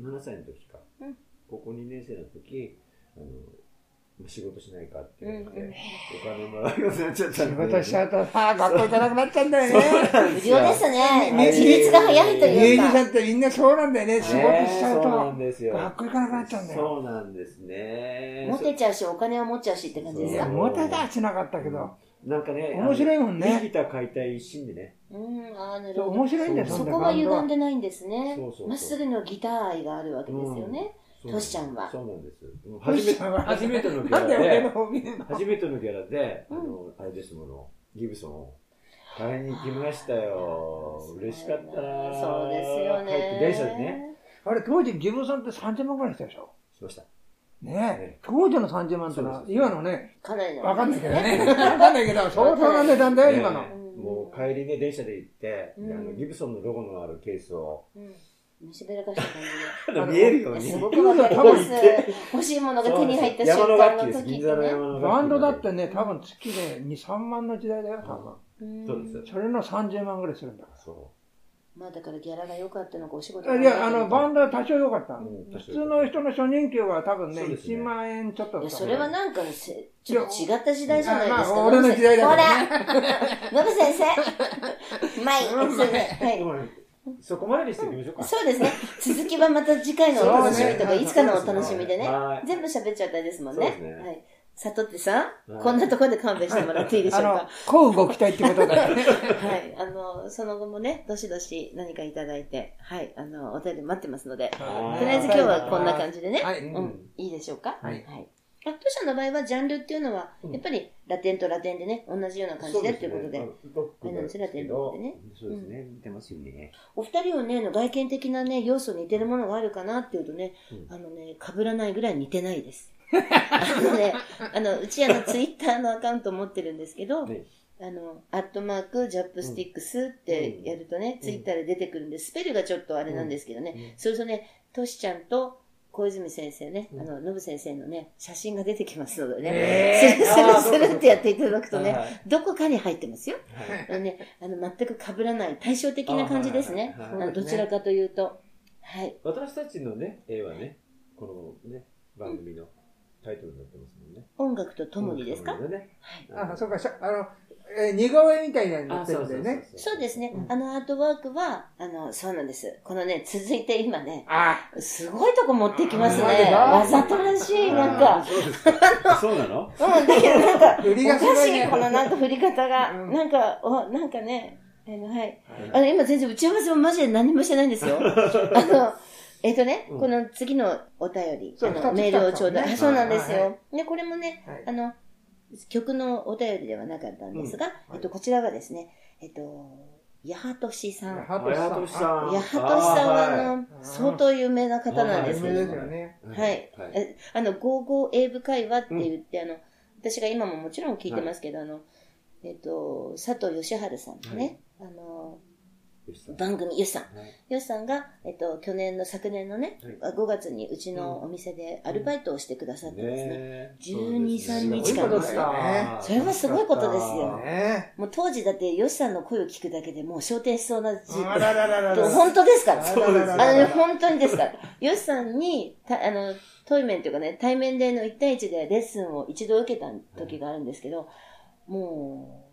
Speaker 3: 17歳の時か、
Speaker 1: うん
Speaker 3: 高校2年生の時、あの、仕事しないかって言って、
Speaker 1: うんうん
Speaker 3: お金もらうようになっちゃった
Speaker 2: 仕
Speaker 3: んで
Speaker 2: 事しちゃうとさ、学校行かなくなっちゃうんだよね。
Speaker 1: 不良ですね。
Speaker 2: ね
Speaker 1: 自立が早いと
Speaker 2: ミュ
Speaker 1: いう
Speaker 2: ージシ
Speaker 1: か。
Speaker 2: ャンってみんなそうなんだよね。仕事しちゃう
Speaker 3: そうなん
Speaker 2: と、
Speaker 3: ですよ。
Speaker 2: 学校行かなくなっちゃうんだよ。
Speaker 3: そうなんですね。
Speaker 1: モテちゃうし、お金を持っちゃうしって感じで
Speaker 2: い
Speaker 1: す
Speaker 2: や、
Speaker 1: か。
Speaker 2: モテたはしなかったけど、
Speaker 3: なんかね、
Speaker 2: 面白いもんね
Speaker 3: あのギター解体一心でね。
Speaker 1: うん、ああ、なるほど。
Speaker 2: 面白いんだよ、
Speaker 1: そ
Speaker 2: んな
Speaker 1: こは
Speaker 2: バンド
Speaker 1: 歪んでないんですね
Speaker 3: そうそうそ。う
Speaker 1: まっすぐのギター愛があるわけですよね。
Speaker 3: そうな
Speaker 1: ト
Speaker 3: んです
Speaker 1: シちゃんは
Speaker 3: そうなんです。もう
Speaker 2: ト
Speaker 3: 初
Speaker 2: シ
Speaker 3: め
Speaker 2: ち
Speaker 3: て、
Speaker 2: ゃんは
Speaker 3: 初めてのギ
Speaker 2: な
Speaker 3: ター
Speaker 2: ん
Speaker 3: で
Speaker 2: で俺の方見るの
Speaker 3: 初めてのギャラで、あ
Speaker 1: うん
Speaker 3: の、あれですもの、ギブソンを買いに行きましたよ。嬉しかったな
Speaker 1: そうですよね。
Speaker 3: 帰って電車でね、
Speaker 2: あれ、当時、ギブソンって30万くらいしたでしょ。
Speaker 3: しました。
Speaker 2: ね
Speaker 3: え
Speaker 2: え、当時の30万っての
Speaker 3: そう
Speaker 2: は
Speaker 3: で、す
Speaker 2: 今のね、
Speaker 1: かなりの。
Speaker 2: わかんないけどね。 わかんないけ ど、相当な値段だよ、今の
Speaker 3: ね。もう帰りね、電車で行って、
Speaker 1: うん
Speaker 3: あのギブソンのロゴのあるケースを、
Speaker 1: うん虫べらかした感
Speaker 3: あの見えるよう
Speaker 1: じ
Speaker 3: に
Speaker 1: で。すごくわかりま
Speaker 3: 多分
Speaker 1: す
Speaker 3: 行って。
Speaker 1: 欲しいものが手に入った瞬
Speaker 3: 山の
Speaker 1: 間
Speaker 3: 楽器
Speaker 1: の
Speaker 3: です。
Speaker 1: 時っ
Speaker 3: 銀
Speaker 1: て
Speaker 3: 座の
Speaker 1: ね。
Speaker 3: 山の楽器。
Speaker 2: バンドだってね、多分月で2、3万の時代だよ、多分。
Speaker 1: うん
Speaker 3: そうですよ
Speaker 2: それの30万ぐらいするんだか
Speaker 3: そ
Speaker 1: まあだからギャラが良かったのかお仕事が
Speaker 2: ら。い
Speaker 1: 良かっ
Speaker 2: や、
Speaker 1: た
Speaker 2: あ
Speaker 1: のか
Speaker 2: の、バンドは多少良かった
Speaker 3: う。
Speaker 2: の。
Speaker 3: うん
Speaker 2: 普通の人の初任給は多分ね、
Speaker 3: そうですね
Speaker 2: 1万円ちょっと
Speaker 1: い
Speaker 2: だ
Speaker 1: や、
Speaker 2: った
Speaker 1: それはなんかせ、ちょっと違った時代じゃないですか。
Speaker 2: まあ俺の時代だ
Speaker 1: ほ
Speaker 2: からら
Speaker 1: ノブ先生まあいい
Speaker 3: うん
Speaker 1: それではい。
Speaker 3: まあそこまでにしておきましょうか。
Speaker 1: そうですね。続きはまた次回のお楽しみとか、
Speaker 2: そうですね
Speaker 1: いつかのお楽しみでね
Speaker 3: は。い
Speaker 1: 全部喋っちゃったらですもん
Speaker 3: そう
Speaker 1: ね
Speaker 3: ですね。
Speaker 1: はい。悟ってさ
Speaker 3: は
Speaker 1: ん、
Speaker 3: い
Speaker 1: こんなところで勘弁してもらっていいでしょ
Speaker 2: あ
Speaker 1: うか。
Speaker 2: の、こう動きたいってことだよね。
Speaker 1: はい。あの、その後もね、どしどし何かいただいて、はい。あの、お便り待ってますので。
Speaker 3: はい
Speaker 1: とりあえず今日はこんな感じでね。
Speaker 2: はい。
Speaker 1: う
Speaker 2: うん
Speaker 1: ん。いいでしょうか。
Speaker 2: はい
Speaker 1: あ当社の場合はジャンルっていうのは、
Speaker 3: うん
Speaker 1: やっぱりラテンとラテンでね、同じような感じでっていうことで、
Speaker 3: そうですね。
Speaker 1: あれなん
Speaker 3: ですけどそうですね。似てますよね。
Speaker 1: お二人をね、の外見的なね、要素に似てるものがあるかなっていうとね、
Speaker 3: うん
Speaker 1: あのね、被らないぐらい似てないです。 あのね、あの、うちあの、ツイッターのアカウント持ってるんですけど、
Speaker 3: ね
Speaker 1: あの、アットマーク、ジャップスティックスってやるとね、
Speaker 3: うん
Speaker 1: ツイッターで出てくるんで、スペルがちょっとあれなんですけどね、
Speaker 3: うん
Speaker 1: それとね、トシちゃんと小泉先生ね、
Speaker 3: うん
Speaker 1: あの、ノブ先生のね、写真が出てきますのでね、
Speaker 2: え
Speaker 1: スルスルスルってやっていただくとね、
Speaker 3: はい
Speaker 1: どこかに入ってますよ。
Speaker 3: はい
Speaker 1: あのね、あの全く被らない対照的な感じですね。
Speaker 3: あはい
Speaker 1: あ
Speaker 3: はい
Speaker 1: のどちらかというと。はい。
Speaker 3: 私たちのね、絵はね、このね、番組のタイトルになってますもんね。
Speaker 1: 音楽とともにですか、
Speaker 3: 共にね
Speaker 1: はい、
Speaker 2: あ、そうか、しゃあの、えー似顔絵みたいなのにな
Speaker 3: あ
Speaker 2: って
Speaker 3: そ
Speaker 2: る
Speaker 3: うん
Speaker 2: だ
Speaker 3: そ
Speaker 2: よ
Speaker 3: うそう
Speaker 2: ね。
Speaker 3: そう。
Speaker 1: そうですね
Speaker 2: う。ん
Speaker 1: あのアートワークは、あの、そうなんです。このね、続いて今ね、
Speaker 2: あ
Speaker 1: すごいとこ持ってきますね。
Speaker 2: あマジだ
Speaker 1: わざとらしい、なんか。
Speaker 3: あーそうですか。そうなの
Speaker 1: うん、だけどなんか、
Speaker 2: 振り
Speaker 1: お
Speaker 2: がすご
Speaker 1: かし
Speaker 2: いね
Speaker 1: い、このなんか振り方が。
Speaker 2: うん
Speaker 1: なんか、お、なんかね、あの、はい。
Speaker 3: はい
Speaker 1: あの、今全然打ち合わせもマジで何もしてないんです よ。あの、えっ、とね、
Speaker 3: うん
Speaker 1: この次のお便り、
Speaker 2: そう
Speaker 1: あ
Speaker 2: 二
Speaker 1: の
Speaker 2: つ
Speaker 1: メールをちょうど、
Speaker 2: 二つね
Speaker 1: あそうなんですよ。
Speaker 2: はいは
Speaker 1: で、これもね、
Speaker 2: はい
Speaker 1: あの、曲のお便りではなかったんですが、
Speaker 2: うん
Speaker 1: えっと、こちらがですね、えっと、八幡氏さん。八
Speaker 2: ハ
Speaker 3: あ
Speaker 2: ト
Speaker 3: ト
Speaker 2: シ
Speaker 3: シ
Speaker 2: さん。
Speaker 3: さん。
Speaker 1: 幡氏さんは、あ
Speaker 3: あ
Speaker 1: の、相当有名な方なんですけ
Speaker 2: 有名
Speaker 1: ど、
Speaker 2: で
Speaker 3: は
Speaker 2: すよ
Speaker 3: い
Speaker 2: ね。
Speaker 3: ーは
Speaker 1: はいい。えあの、55英語会話って言って、あの、私が今ももちろん聞いてますけど、あの、えっと、佐藤義治さんのね、あの、
Speaker 3: 吉さん
Speaker 1: 番組、ゆさん。
Speaker 3: はい
Speaker 1: よしさんが、えっと、去年の昨年のね、
Speaker 3: は
Speaker 1: 5月にうちのお店でアルバイトをしてくださってですね。
Speaker 3: ねえ
Speaker 1: 12
Speaker 3: そう
Speaker 1: 13
Speaker 3: です
Speaker 1: 日
Speaker 3: ね
Speaker 1: 間ですす
Speaker 3: ごい
Speaker 2: よ
Speaker 3: ことだ
Speaker 1: それはすごいことですよ。
Speaker 2: ね
Speaker 1: もう当時だってよしさんの声を聞くだけでもう昇天しそうな時期。
Speaker 2: あららららら。
Speaker 1: 本当ですから。
Speaker 3: そうです
Speaker 1: あ
Speaker 3: よ
Speaker 1: のね、
Speaker 3: ね
Speaker 1: 本当にですから。よしさんに、たあの、対面というかね、対面での1対1でレッスンを一度受けた時があるんですけど、もう、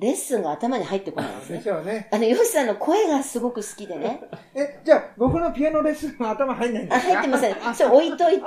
Speaker 1: レッスンが頭に入ってこないんです
Speaker 2: で
Speaker 1: ね。
Speaker 2: しょうね。
Speaker 1: あの、よしさんの声がすごく好きでね。
Speaker 2: え、じゃあ、僕のピアノレッスンは頭入んないんで
Speaker 1: あ、
Speaker 2: すか
Speaker 1: 入ってません。それ置いといて、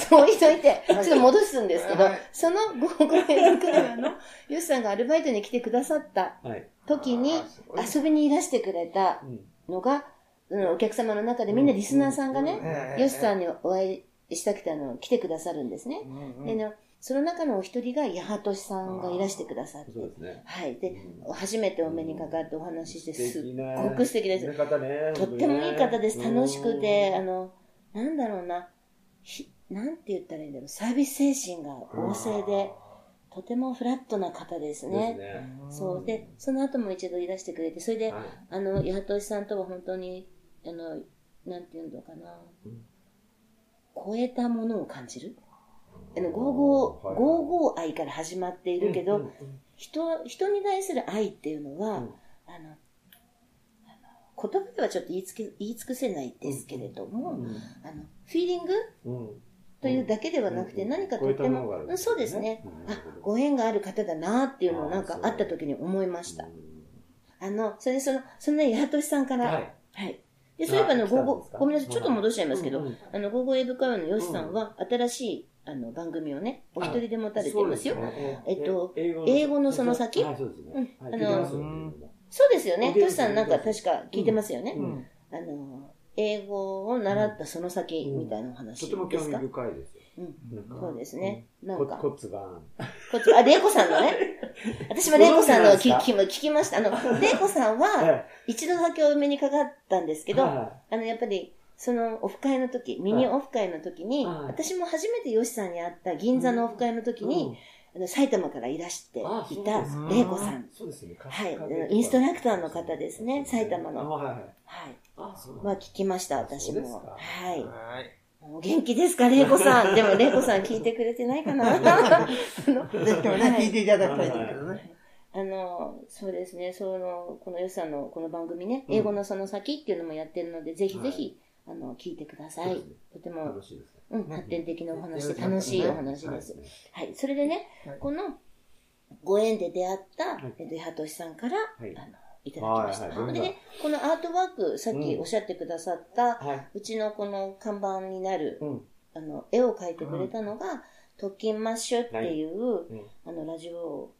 Speaker 1: そう 置いといて、ちょっと戻すんですけど、
Speaker 2: はい
Speaker 1: そのゴーグル会話の、ユウさんがアルバイトに来てくださった
Speaker 3: はい。
Speaker 1: 時に
Speaker 2: あーすごい
Speaker 1: 遊びにいらしてくれた
Speaker 3: うん
Speaker 1: のが、うん、お客様の中でみんなリスナーさんがね、
Speaker 2: ええ
Speaker 1: ユウさんにお会いしたくてあの来てくださるんですね。
Speaker 2: うんうん
Speaker 1: でねその中のお一人が八幡さんがいらしてくださって
Speaker 3: そう、ですね。
Speaker 1: はい。で、
Speaker 3: うん
Speaker 1: 初めてお目にかかってお話しして、すっご
Speaker 3: ご
Speaker 1: く素敵です。
Speaker 3: 方ね。
Speaker 1: とってもいい方です。
Speaker 3: うん
Speaker 1: 楽しくて、あの、なんだろうな、ひなんて言ったらいいんだろう、サービス精神が旺盛で、とてもフラットな方です
Speaker 3: です
Speaker 1: ね。
Speaker 3: ね。
Speaker 1: そう。で、その後も一度いらしてくれて、それで、
Speaker 3: はい
Speaker 1: あの、八幡さんとは本当に、あの、なんていうのかな
Speaker 3: うん、
Speaker 1: 超えたものを感じる。あの、55、
Speaker 3: はい
Speaker 1: 55愛から始まっているけど、
Speaker 3: うんうんうん
Speaker 1: 人人に対する愛っていうのは、
Speaker 3: うん
Speaker 1: あのあの言葉ではちょっと言いつけ言い尽くせないですけれども、あのフィーリング
Speaker 3: うん
Speaker 1: というだけではなくて、
Speaker 3: うん
Speaker 1: 何かとっても、
Speaker 3: 超えたものがあるん
Speaker 1: う
Speaker 3: で
Speaker 1: ん
Speaker 3: すね
Speaker 1: そうですね、
Speaker 3: うん
Speaker 1: あご縁がある方だなっていうのをなんか
Speaker 3: あー
Speaker 1: あ
Speaker 3: そう
Speaker 1: った時に思いました
Speaker 3: う
Speaker 1: あ
Speaker 3: ん
Speaker 1: のそれでそのそのね八幡さんから
Speaker 3: は
Speaker 1: はい、
Speaker 3: い。
Speaker 1: でそういえばあの
Speaker 3: あ来たん
Speaker 1: 55
Speaker 3: ですか
Speaker 1: ごめんなさいちょっと戻しちゃいますけど、
Speaker 3: うんうん
Speaker 1: あの55英語会話のよしさんは新しいあの番組をねお一人で持たれていますよ
Speaker 3: そうですね
Speaker 1: えっと
Speaker 3: え
Speaker 1: 英語のその先
Speaker 3: はい、そうですね。
Speaker 1: うん
Speaker 3: はい
Speaker 1: あの
Speaker 3: 聞いてますよ
Speaker 2: うん
Speaker 1: そうですよね。
Speaker 3: 聞いて
Speaker 1: ト
Speaker 3: ま
Speaker 1: シ
Speaker 3: す
Speaker 1: さんなんか確か聞いてますよね。
Speaker 2: う
Speaker 3: うん
Speaker 2: ん
Speaker 1: あの、英語を習ったその先みたいなお話
Speaker 3: と
Speaker 1: で
Speaker 3: ても興
Speaker 1: す
Speaker 3: 味
Speaker 1: か、
Speaker 3: 深いですよ。
Speaker 1: うん、
Speaker 3: なんか
Speaker 1: そうですね。なんか、こ
Speaker 3: こ骨盤。
Speaker 1: っち、あ、玲子さんの ね。私も玲子さんの聞き聞きました。あの、玲子さんは、
Speaker 3: え
Speaker 1: 一度だけお目にかかったんですけ
Speaker 3: え
Speaker 1: ど、あ
Speaker 3: は
Speaker 1: の、やっぱり、そのオフ会の時、ミニオフ会の時に、
Speaker 3: はい
Speaker 1: 私も初めてヨシさんに会った銀座のオフ会の
Speaker 3: い
Speaker 1: 時に、あの埼玉からいらしてい
Speaker 3: あそう
Speaker 1: た
Speaker 3: です
Speaker 2: か
Speaker 1: 玲子さん。
Speaker 3: そうですよね。
Speaker 1: はい
Speaker 3: かか
Speaker 1: あのインストラクターの方ですね埼玉の
Speaker 3: あはいはい。
Speaker 1: はい。
Speaker 3: あ、そうなん
Speaker 1: まあ
Speaker 3: だ
Speaker 1: 聞きました、私
Speaker 3: そうです
Speaker 1: も
Speaker 3: か。
Speaker 1: はい。
Speaker 2: はい。
Speaker 1: お元気ですか、玲子さん。でも玲子さん聞いてくれてないかな。あ
Speaker 2: ぜひともね、
Speaker 1: はい
Speaker 2: 聞いていただきたいんだけどね。
Speaker 1: の、そうですね、その、このよさんのこの番組ね、英語のその先っていうのもやってるので、ぜひぜひ、あの、聞いてください
Speaker 3: そうですね。
Speaker 1: とて
Speaker 3: よ
Speaker 1: も
Speaker 3: ろ、しいですね。
Speaker 1: うん、
Speaker 2: ね
Speaker 1: 発展的なお話
Speaker 2: よろ
Speaker 1: で
Speaker 2: しかった
Speaker 1: 楽
Speaker 2: です
Speaker 1: し
Speaker 2: ね
Speaker 1: いお話です。
Speaker 3: はい
Speaker 1: はい。それでね
Speaker 2: はい、
Speaker 1: この、ご縁で出会った、
Speaker 3: はい
Speaker 1: えっと、八としさんから、あ
Speaker 3: い
Speaker 1: の、いただきまし
Speaker 3: はい
Speaker 1: た。
Speaker 3: はい
Speaker 1: でね、このアートワーク、さっきおっしゃってくださった、
Speaker 3: はい。
Speaker 1: うちのこの看板になる、
Speaker 3: うん。
Speaker 1: あの、絵を描いてくれたのが、トッキンマッシュっていう、
Speaker 3: うん
Speaker 1: あの、ラジオ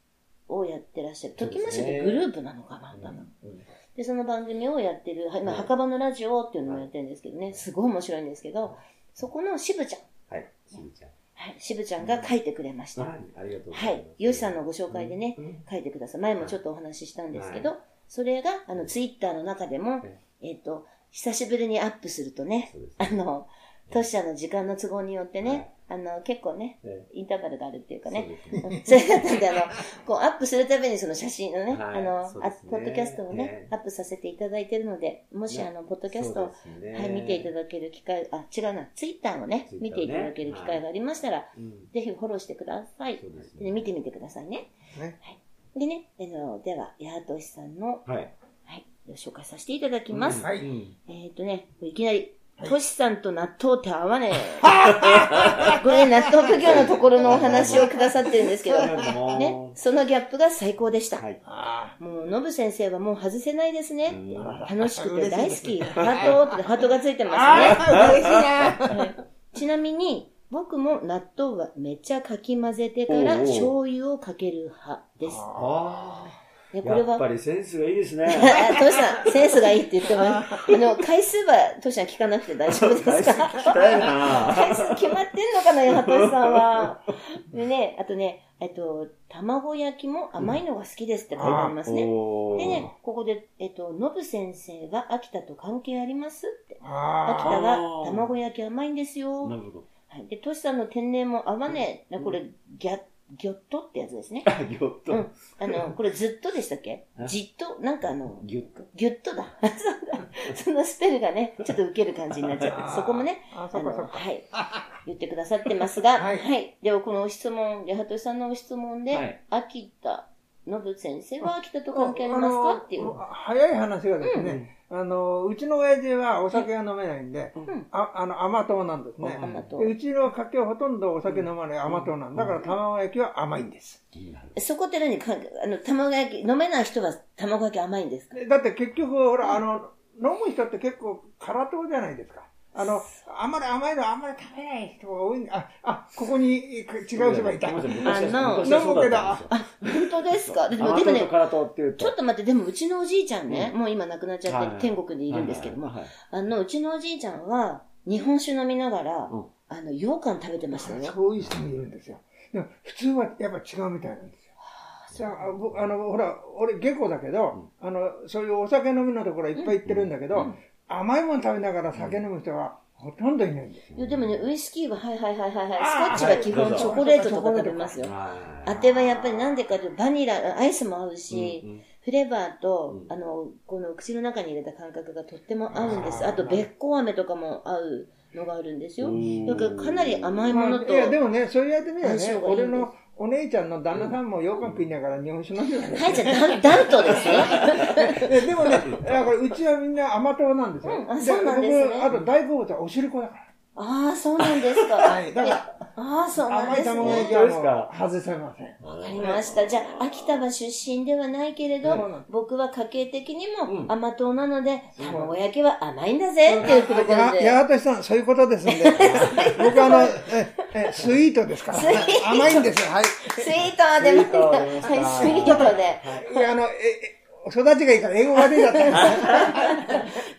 Speaker 1: をやってらっしゃる。ト
Speaker 3: そ
Speaker 1: ッ
Speaker 3: う
Speaker 1: キ
Speaker 3: ですね
Speaker 1: ンマッシュってグループなのかな、多分
Speaker 3: うん
Speaker 1: で、その番組をやってる、は今、
Speaker 3: はい
Speaker 1: 墓場のラジオっていうのをやってるんですけどね、すごい面白いんですけど、そこの渋ちゃん、
Speaker 3: はい。しみちゃん。
Speaker 1: はい、渋ちゃんが描いてくれました。
Speaker 3: はい。ありがとうございます。
Speaker 1: はい、ヨシさんのご紹介でね、
Speaker 3: うん。
Speaker 1: 書いてください。前もちょっとお話ししたんですけど、
Speaker 3: は
Speaker 1: それが、あの、ツイッターの中でも、
Speaker 3: い
Speaker 1: えっ、と、久しぶりにアップするとね、
Speaker 3: そうです
Speaker 1: あ
Speaker 3: ね。
Speaker 1: の、当社の時間の都合によってね、あの、結構ね、
Speaker 3: ええ
Speaker 1: インターバルがあるっていうか
Speaker 3: そう
Speaker 1: ね、
Speaker 3: ですね。
Speaker 1: うんそれだったんで、あの、こう、アップするためにその写真のね、
Speaker 3: はい
Speaker 1: あの、
Speaker 3: そう
Speaker 1: あ
Speaker 3: ですね
Speaker 1: ポッドキャストをね
Speaker 3: え、え
Speaker 1: アップさせていただいてるので、もし
Speaker 3: ね
Speaker 1: あの、ポッドキャストを、
Speaker 3: そうですね
Speaker 1: はい、見ていただける機会、あ、違うな、ツイッターをね
Speaker 3: ツイッターをね
Speaker 1: 見ていただける機会がありましたら、
Speaker 3: うん
Speaker 1: ぜひフォローしてください
Speaker 3: そ。うです
Speaker 1: で
Speaker 3: ね。
Speaker 1: 見てみてくださいね。
Speaker 2: ね
Speaker 1: でね、あの、では、八としさんの、
Speaker 3: はい。
Speaker 1: はい、紹介させていただきます。
Speaker 2: はい
Speaker 3: うん。
Speaker 1: えっ、とね、いきなり、としさんと納豆って合わね え。これ、納豆奉行のところのお話をくださってるんですけど、ね、そのギャップが最高でした。
Speaker 3: はい。
Speaker 2: あ
Speaker 1: もう、のぶ先生はもう外せないですね。
Speaker 3: うん
Speaker 1: 楽しくて大好き。
Speaker 2: 嬉しい
Speaker 1: ハートって、ハートがついて
Speaker 2: あ。
Speaker 1: ますね。
Speaker 2: ああ、嬉しいな。
Speaker 1: ちなみに、僕も納豆はめっちゃかき混ぜてから
Speaker 3: おうおう
Speaker 1: 醤油をかける派です。
Speaker 3: あ
Speaker 1: ね、
Speaker 3: あ。
Speaker 1: これ
Speaker 3: やっ
Speaker 1: は
Speaker 3: ぱりセンスがいいですね。
Speaker 1: あ トシさん、センスがいいって言ってます。あの、回数はトシさん聞かなくて大丈夫です
Speaker 3: 大好き
Speaker 1: か
Speaker 3: 聞きたいな。
Speaker 1: 回数決まってんのかな、やはとしさんは。でね、あとね、えっと、卵焼きも甘いのが好きですって書いてありますね。
Speaker 3: おー
Speaker 1: でね、ここで、えっと、のぶ先生が秋田と関係ありますって。秋
Speaker 2: あ
Speaker 1: 田は卵焼き甘いんです
Speaker 3: な
Speaker 1: よ。
Speaker 3: るほど。
Speaker 1: はい、で、トシさんの天然も合わねえ。これ、ギャ、ギョッとってやつですね。
Speaker 3: あ、ぎょっ
Speaker 1: うん
Speaker 3: と。
Speaker 1: あ の、これずっとでしたっけ
Speaker 3: え
Speaker 1: じっと、なんかあの、
Speaker 3: ぎゅっと。
Speaker 1: ギュッとだ。 そうだそのスペルがね、ちょっと受ける感じになっちゃっ
Speaker 2: あ。
Speaker 1: て、そこもね、。
Speaker 2: あ、
Speaker 1: あ
Speaker 2: そ
Speaker 1: の、
Speaker 2: こそこ。
Speaker 1: はい、言ってくださってます が、は、
Speaker 2: はいい
Speaker 1: では、この質問、八幡さんの質問で、
Speaker 3: はい
Speaker 1: 秋田のぶ先生は秋田と関係ありますかっていう。
Speaker 2: あの早い話がですね、あの、うちの親父はお酒が飲めないんで、
Speaker 1: ん
Speaker 2: ああの、甘党なんですね
Speaker 1: あ。りがと
Speaker 2: で
Speaker 1: う
Speaker 2: うちの家系ほとんどお酒飲まない甘党なんだだから卵焼きは甘いんです。
Speaker 1: そこって何か、あの、卵焼き、飲めない人は卵焼き甘いん ですか
Speaker 2: でだって結局、ほら、あの、飲む人って結構辛党じゃないですか。あの、あんまり甘いのあんまり食べない人が多いんあ、あ、ここに違う人がいた。
Speaker 3: あ
Speaker 2: あ
Speaker 3: の、
Speaker 2: 飲
Speaker 3: 飲
Speaker 2: むけど、あ
Speaker 1: 本当ですかでも、
Speaker 3: 甘
Speaker 1: で
Speaker 3: 党
Speaker 1: も
Speaker 3: と
Speaker 1: ね、
Speaker 3: 辛党っていうと。
Speaker 1: ちょっと待って、でもうちのおじいちゃんね、
Speaker 3: う
Speaker 1: もう今亡くなっちゃ
Speaker 3: は
Speaker 1: っ
Speaker 3: いはい
Speaker 1: て、天国にいるんですけども、
Speaker 3: はいはい
Speaker 1: あの、うちのおじいちゃんは、日本酒飲みながら、
Speaker 3: うん
Speaker 1: あの、羊羹食べてましたよ。
Speaker 2: そういう人もいるんですよ。でも普通はやっぱ違うみたいなんですよ。じゃあ僕あのほら俺下戸だけど、あのそういうお酒飲みのところいっぱい行ってるんだけど、甘いもの食べながら酒飲む人はほとんどいないんですよ。
Speaker 1: いや、でもね、ウイスキーは、はいはいはいはいはい、
Speaker 2: あー
Speaker 1: スコッチは基
Speaker 3: は
Speaker 1: 本
Speaker 3: いどう
Speaker 1: チ
Speaker 3: ぞ
Speaker 1: ョコレートとか食べますよ。
Speaker 3: はい
Speaker 1: あてはやっぱりなんでかというと、バニラ、アイスも合うし、
Speaker 3: うんうん
Speaker 1: フレーバーと、
Speaker 3: うん
Speaker 1: あの、この口の中に入れた感覚がとっても合うんです。
Speaker 2: あー
Speaker 1: あと、べっこう飴とかも合うのがあるんですよ
Speaker 3: う。ん
Speaker 1: だからかなり甘い
Speaker 2: ま
Speaker 1: もの
Speaker 2: あ、
Speaker 1: と、
Speaker 2: いやでもねそういうやってみれば
Speaker 1: 相性
Speaker 2: ね
Speaker 1: がいいんです
Speaker 2: 俺のお姉ちゃんの旦那さんも羊羹食いながら日本酒飲んでたんです
Speaker 1: はい、じゃあ、ダンダントですね。
Speaker 2: よ。でもねだからうちはみんな甘党なんですよ。
Speaker 1: うんあそうなんですね
Speaker 2: 僕あと大好物はおしるこだから。
Speaker 1: ああ、そうなんですか。
Speaker 2: はいだから
Speaker 1: いやああ、そうなん
Speaker 2: 甘
Speaker 1: で
Speaker 2: い
Speaker 1: す
Speaker 2: 卵
Speaker 1: ね
Speaker 2: 焼。きはもう外せません。
Speaker 1: わかりました。じゃあ、秋田は出身ではないけれど
Speaker 2: そうなんで、
Speaker 1: 僕は家系的に
Speaker 3: う
Speaker 1: も
Speaker 3: ん
Speaker 1: 甘党なので、卵焼きは甘いんだぜっていうことで。
Speaker 2: や、やがとしさん、そういうことです んで。僕あの、え、え、スイートですから。甘いんですよ。はい。
Speaker 1: スイートは出まし
Speaker 3: ス
Speaker 1: た。
Speaker 3: イートは
Speaker 1: は
Speaker 3: 出
Speaker 1: い
Speaker 3: ました、
Speaker 1: スイートで。
Speaker 2: いや、あの、え、え育ちがいいから英語が出ちゃったん ですね。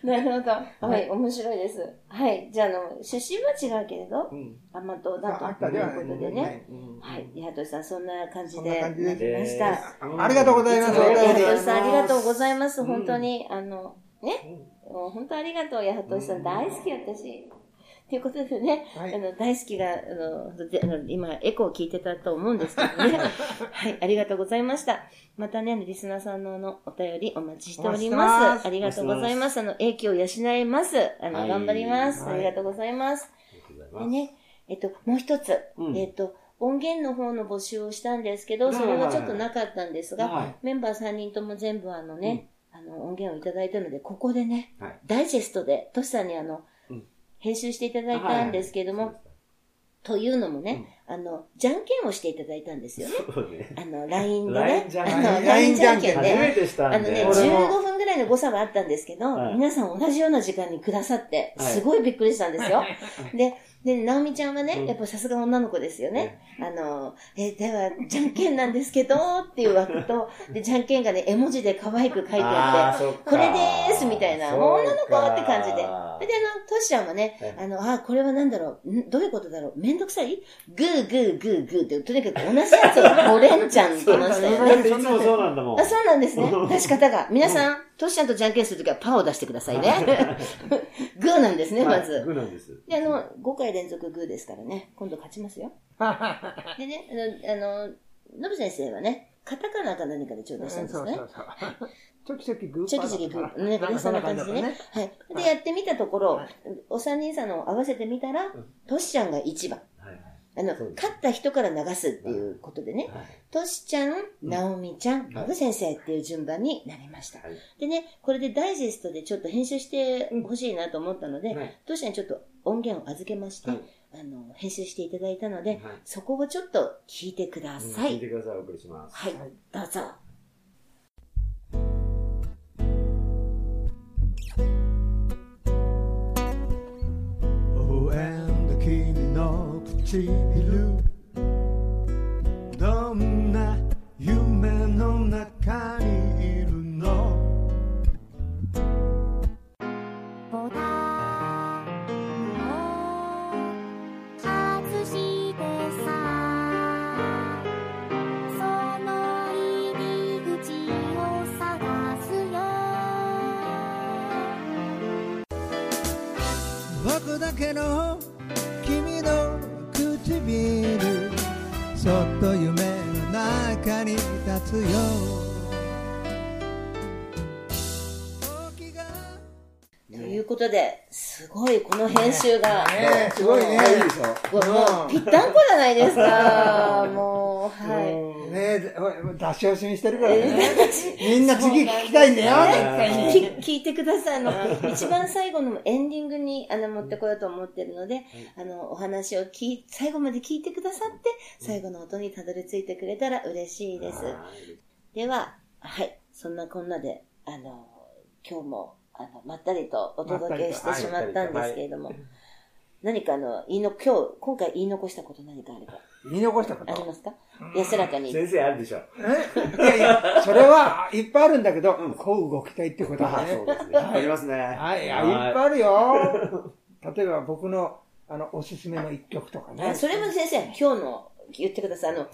Speaker 1: なるほど。はい、面白いです。はい。じゃあ、あの、出身は違うけれど
Speaker 3: う、ん
Speaker 1: 甘党だ
Speaker 2: まあ
Speaker 1: と
Speaker 2: 秋田
Speaker 1: い
Speaker 2: では
Speaker 1: う
Speaker 2: ない
Speaker 1: ことでね。はい。八幡さん、そんな感じ
Speaker 2: そんな
Speaker 1: で、な
Speaker 2: 感じです
Speaker 1: りました。
Speaker 2: ありがとうございます。
Speaker 1: はい
Speaker 2: お便り
Speaker 1: 八幡さん、ありがとうございます。
Speaker 3: うん
Speaker 1: 本当に、あの、ね、もう本当ありがとう、八幡さん。大好き、私。ということでね、
Speaker 2: はい
Speaker 1: あの大好きがあのであの今エコーを聞いてたと思うんです けどねはいありがとうございましたまたねリスナーさんのあのお便りお待ちしており
Speaker 2: お
Speaker 1: ま
Speaker 2: 待ちしてます
Speaker 1: すありがとうございますあの英気を養いますあの、
Speaker 3: はい
Speaker 1: 頑張ります、
Speaker 2: はい
Speaker 1: ありがとうございます
Speaker 3: りがとうござ
Speaker 1: で
Speaker 3: います。
Speaker 1: ねえっともう一つ、
Speaker 3: うん
Speaker 1: えっと音源の方の募集をしたんですけどそれはちょっとなかったんですが、
Speaker 3: はい
Speaker 1: メンバー3人とも全部あのね、あの音源をいただいたので、ここでね、
Speaker 3: はい
Speaker 1: ダイジェストで、トシさんにあの、
Speaker 3: うん
Speaker 1: 編集していただいたんですけども、というのもね、あの、じゃんけんをしていただいたんですよね。
Speaker 3: そうですね。
Speaker 1: あの、LINE で
Speaker 3: LINE
Speaker 1: ね
Speaker 3: じ。ゃんけん
Speaker 1: あの
Speaker 2: LINE
Speaker 1: LINE じゃんけん
Speaker 3: 初
Speaker 2: ね
Speaker 1: で。
Speaker 3: めてし
Speaker 1: あ
Speaker 3: たん
Speaker 1: の
Speaker 3: で。
Speaker 1: ね、
Speaker 2: 俺も
Speaker 1: 15分ぐらいの誤差はあったんですけど、
Speaker 3: はい
Speaker 1: 皆さん同じような時間にくださって、
Speaker 3: はい
Speaker 1: すごいびっくりしたんですよ。で、で、直美ちゃんは
Speaker 3: うん
Speaker 1: ね、やっぱさすが女の子ですよね。あの、え、では、じゃんけんなんですけど、っていう枠と、で、じゃんけんがね、絵文字で可愛く書いてあ
Speaker 3: あー
Speaker 1: って、
Speaker 3: そっか
Speaker 1: これでーすみたいな、もう女の
Speaker 3: そうか
Speaker 1: 子って感じで。それで、あの、トシちゃんはね、あの、あー、これはなんだろう、んどういうことだろう、めんどくさいグーグーグーグーって、とにかく同じやつを5連チ ャン言いましたよね。
Speaker 3: だっていつもそうなんだもん。
Speaker 1: あそうなんですね。出し方が。皆さん、トシちゃんとじゃんけんするときはパーを出してくださいね。グーなん ですね、ま
Speaker 3: はい
Speaker 1: ず。
Speaker 3: 僕なんです。
Speaker 1: で、あの、5回連続グーですからね、今度勝ちますよ。でね、あの、あの、ノブ先生はね、カタカナか何かで頂戴したんですね。
Speaker 2: ちょきちょきグー
Speaker 1: チョ
Speaker 2: パ
Speaker 1: キ
Speaker 2: ー
Speaker 1: チョキグ
Speaker 2: だった
Speaker 1: ー、ね、
Speaker 2: かな
Speaker 1: そんな感じでね。。はい。で、やってみたところ、お三人さんのを合わせてみたら
Speaker 3: ん、
Speaker 1: トシちゃんが1番。
Speaker 3: はいはい
Speaker 1: あの、
Speaker 3: そうです
Speaker 1: 勝った人から流すっていうことでね、
Speaker 3: はい
Speaker 1: トシちゃん、ナオミちゃん、
Speaker 3: ん
Speaker 1: ノブ先生っていう順番になりました。
Speaker 3: はい
Speaker 1: でね、これでダイジェストでちょっと編集してほしいなと思ったので、
Speaker 3: はい
Speaker 1: 当社にちょっと音源を預けまして、
Speaker 3: はい
Speaker 1: あの、編集していただいたので、
Speaker 3: はい
Speaker 1: そこをちょっと聞いてくださ
Speaker 3: 聞い
Speaker 1: い。
Speaker 3: てください、お送りします。
Speaker 1: はい、どうぞ。
Speaker 4: Oh, and the king of Chihiru どんな夢の中にいるの
Speaker 5: ボタンを外してさその入り口を探すよ
Speaker 4: 僕だけの君の唇そっと夢の中に立つよ時が
Speaker 1: ということで、すごいこの編集が、
Speaker 2: ねすごいね。
Speaker 1: もうもうぴったんこじゃないですか。もう、はい。
Speaker 2: ねえ、出し惜しみしてるからね。みんな次聞きたいんだよ、絶対に。
Speaker 1: き 聞いてください。あの、一番最後のエンディングに、あの、持ってこようと思ってるので、あの、お話を聞い、最後まで聞いてくださって、最後の音にたどり着いてくれたら嬉しいです。では、はい。そんなこんなで、あの、今日も、あの、まったりとお届けして
Speaker 2: まったり
Speaker 1: し
Speaker 2: と
Speaker 1: まったんですけれども、何かあの、言いの、今日、今回言い残したこと何かあるか、
Speaker 2: 言い残したこ
Speaker 1: あり
Speaker 2: と。
Speaker 1: ますか安らかに。
Speaker 3: 先生あるでしょ。
Speaker 2: いやいや、それはいっぱいあるんだけど、こう動きたいってこと
Speaker 3: あ
Speaker 2: だ
Speaker 3: あそ
Speaker 2: ね
Speaker 3: う。ですね。ありますね。
Speaker 2: はい、いや
Speaker 3: はい
Speaker 2: っぱいあるよ。例えば僕の、あの、おすすめの一曲とかね
Speaker 1: あ。それも先生、今日の言ってください。あの、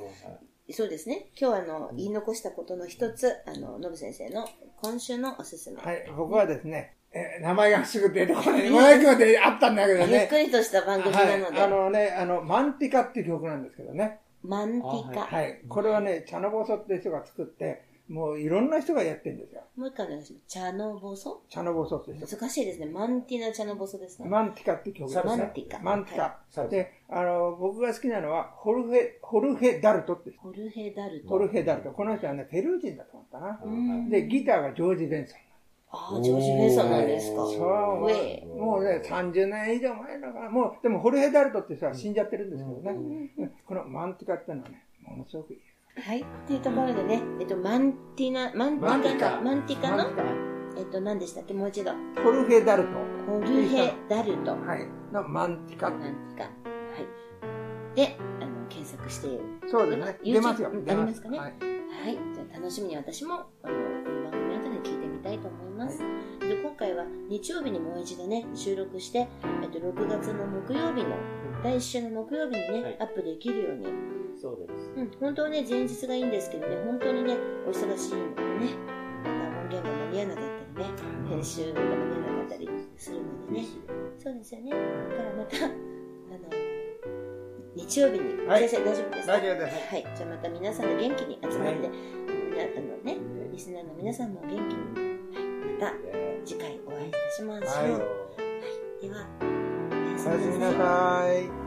Speaker 1: そうですね。今日あの、言い残したことの一つ、あの、のぶ先生の今週のおすすめ。
Speaker 2: はい、僕はですね、えー名前がすぐ出てこない。前まであったんだけど
Speaker 1: ゆっ
Speaker 2: ね。
Speaker 1: くりとした番組なので、
Speaker 2: はい、あのね、あの、マンティカっていう曲なんですけどね。
Speaker 1: マンティカ。
Speaker 2: はい。これはね、茶の坊主って人が作って、もういろんな人がやってるんですよ。
Speaker 1: もう一回お願いします。茶のボソ
Speaker 2: 茶の坊主って人。
Speaker 1: 難しいですね。マンティナ茶のボソですね。
Speaker 2: マンティカっていう曲ですね
Speaker 1: マンティカ
Speaker 2: マンティ
Speaker 1: は
Speaker 2: カ。で、あの、僕が好きなのは、ホルフェ、ホルフェ・ダルトって人。
Speaker 1: ホルヘダルト。
Speaker 2: ホルフェ・ダルト。この人はね、ペルー人だと思ったな。
Speaker 1: うん
Speaker 2: で、ギターがジョージ・ベンソン。
Speaker 1: ああ、ジョージ・フェイソンなんですか。
Speaker 2: そう
Speaker 1: ウェイ。
Speaker 2: もうね、30年以上前だから、もう、でもホルヘ・ダルトって人は死んじゃってるんですけどね。うんこのマンティカってのはね、ものすごくいい。
Speaker 1: はい。っていうところでね、えっと、マンティナ、マンテ
Speaker 2: マンテ
Speaker 1: ィ
Speaker 2: ィ
Speaker 1: カ、
Speaker 2: カ
Speaker 1: マンティカ
Speaker 2: マン
Speaker 1: の
Speaker 2: テ、ィ
Speaker 1: えっと、何でしたっけもう一度。
Speaker 2: カホルフェ・ダルト。
Speaker 1: ホルヘダルト。
Speaker 2: はい。のマンティカ。
Speaker 1: なんか、はい。で、あの、検索して、は
Speaker 2: そうですね。
Speaker 1: YouTube
Speaker 2: 出ますよ。
Speaker 1: うん
Speaker 2: 出
Speaker 1: ありますかね
Speaker 2: はい
Speaker 1: い。じゃあ楽しみに私も、あの、この番組の後で聞いてみたいと思います。で、今回は日曜日にもう一度ね、収録して、えっと、6月の木曜日の、来週の木曜日にね、
Speaker 3: はい
Speaker 1: アップできるように、
Speaker 3: そうです。
Speaker 1: うん、本当はね、前日がいいんですけどね、本当にね、お忙しいのでね、また音源が間に合わなかったりね、編集が間に合わなかったりするのでね。そうですよね。だからまた、あの、日曜日に、
Speaker 2: はい
Speaker 1: 先生大丈夫ですか
Speaker 2: 大丈夫です
Speaker 1: はい。じゃあまた皆さんで元気に集まって、
Speaker 2: は
Speaker 1: あの
Speaker 2: い
Speaker 1: みなあのね、リスナーの皆さんも元気に、はい。また次回お会いいたしましょう。
Speaker 2: はい
Speaker 1: では、おやすみな
Speaker 2: おや
Speaker 1: さ
Speaker 2: す
Speaker 1: い
Speaker 2: みなさい。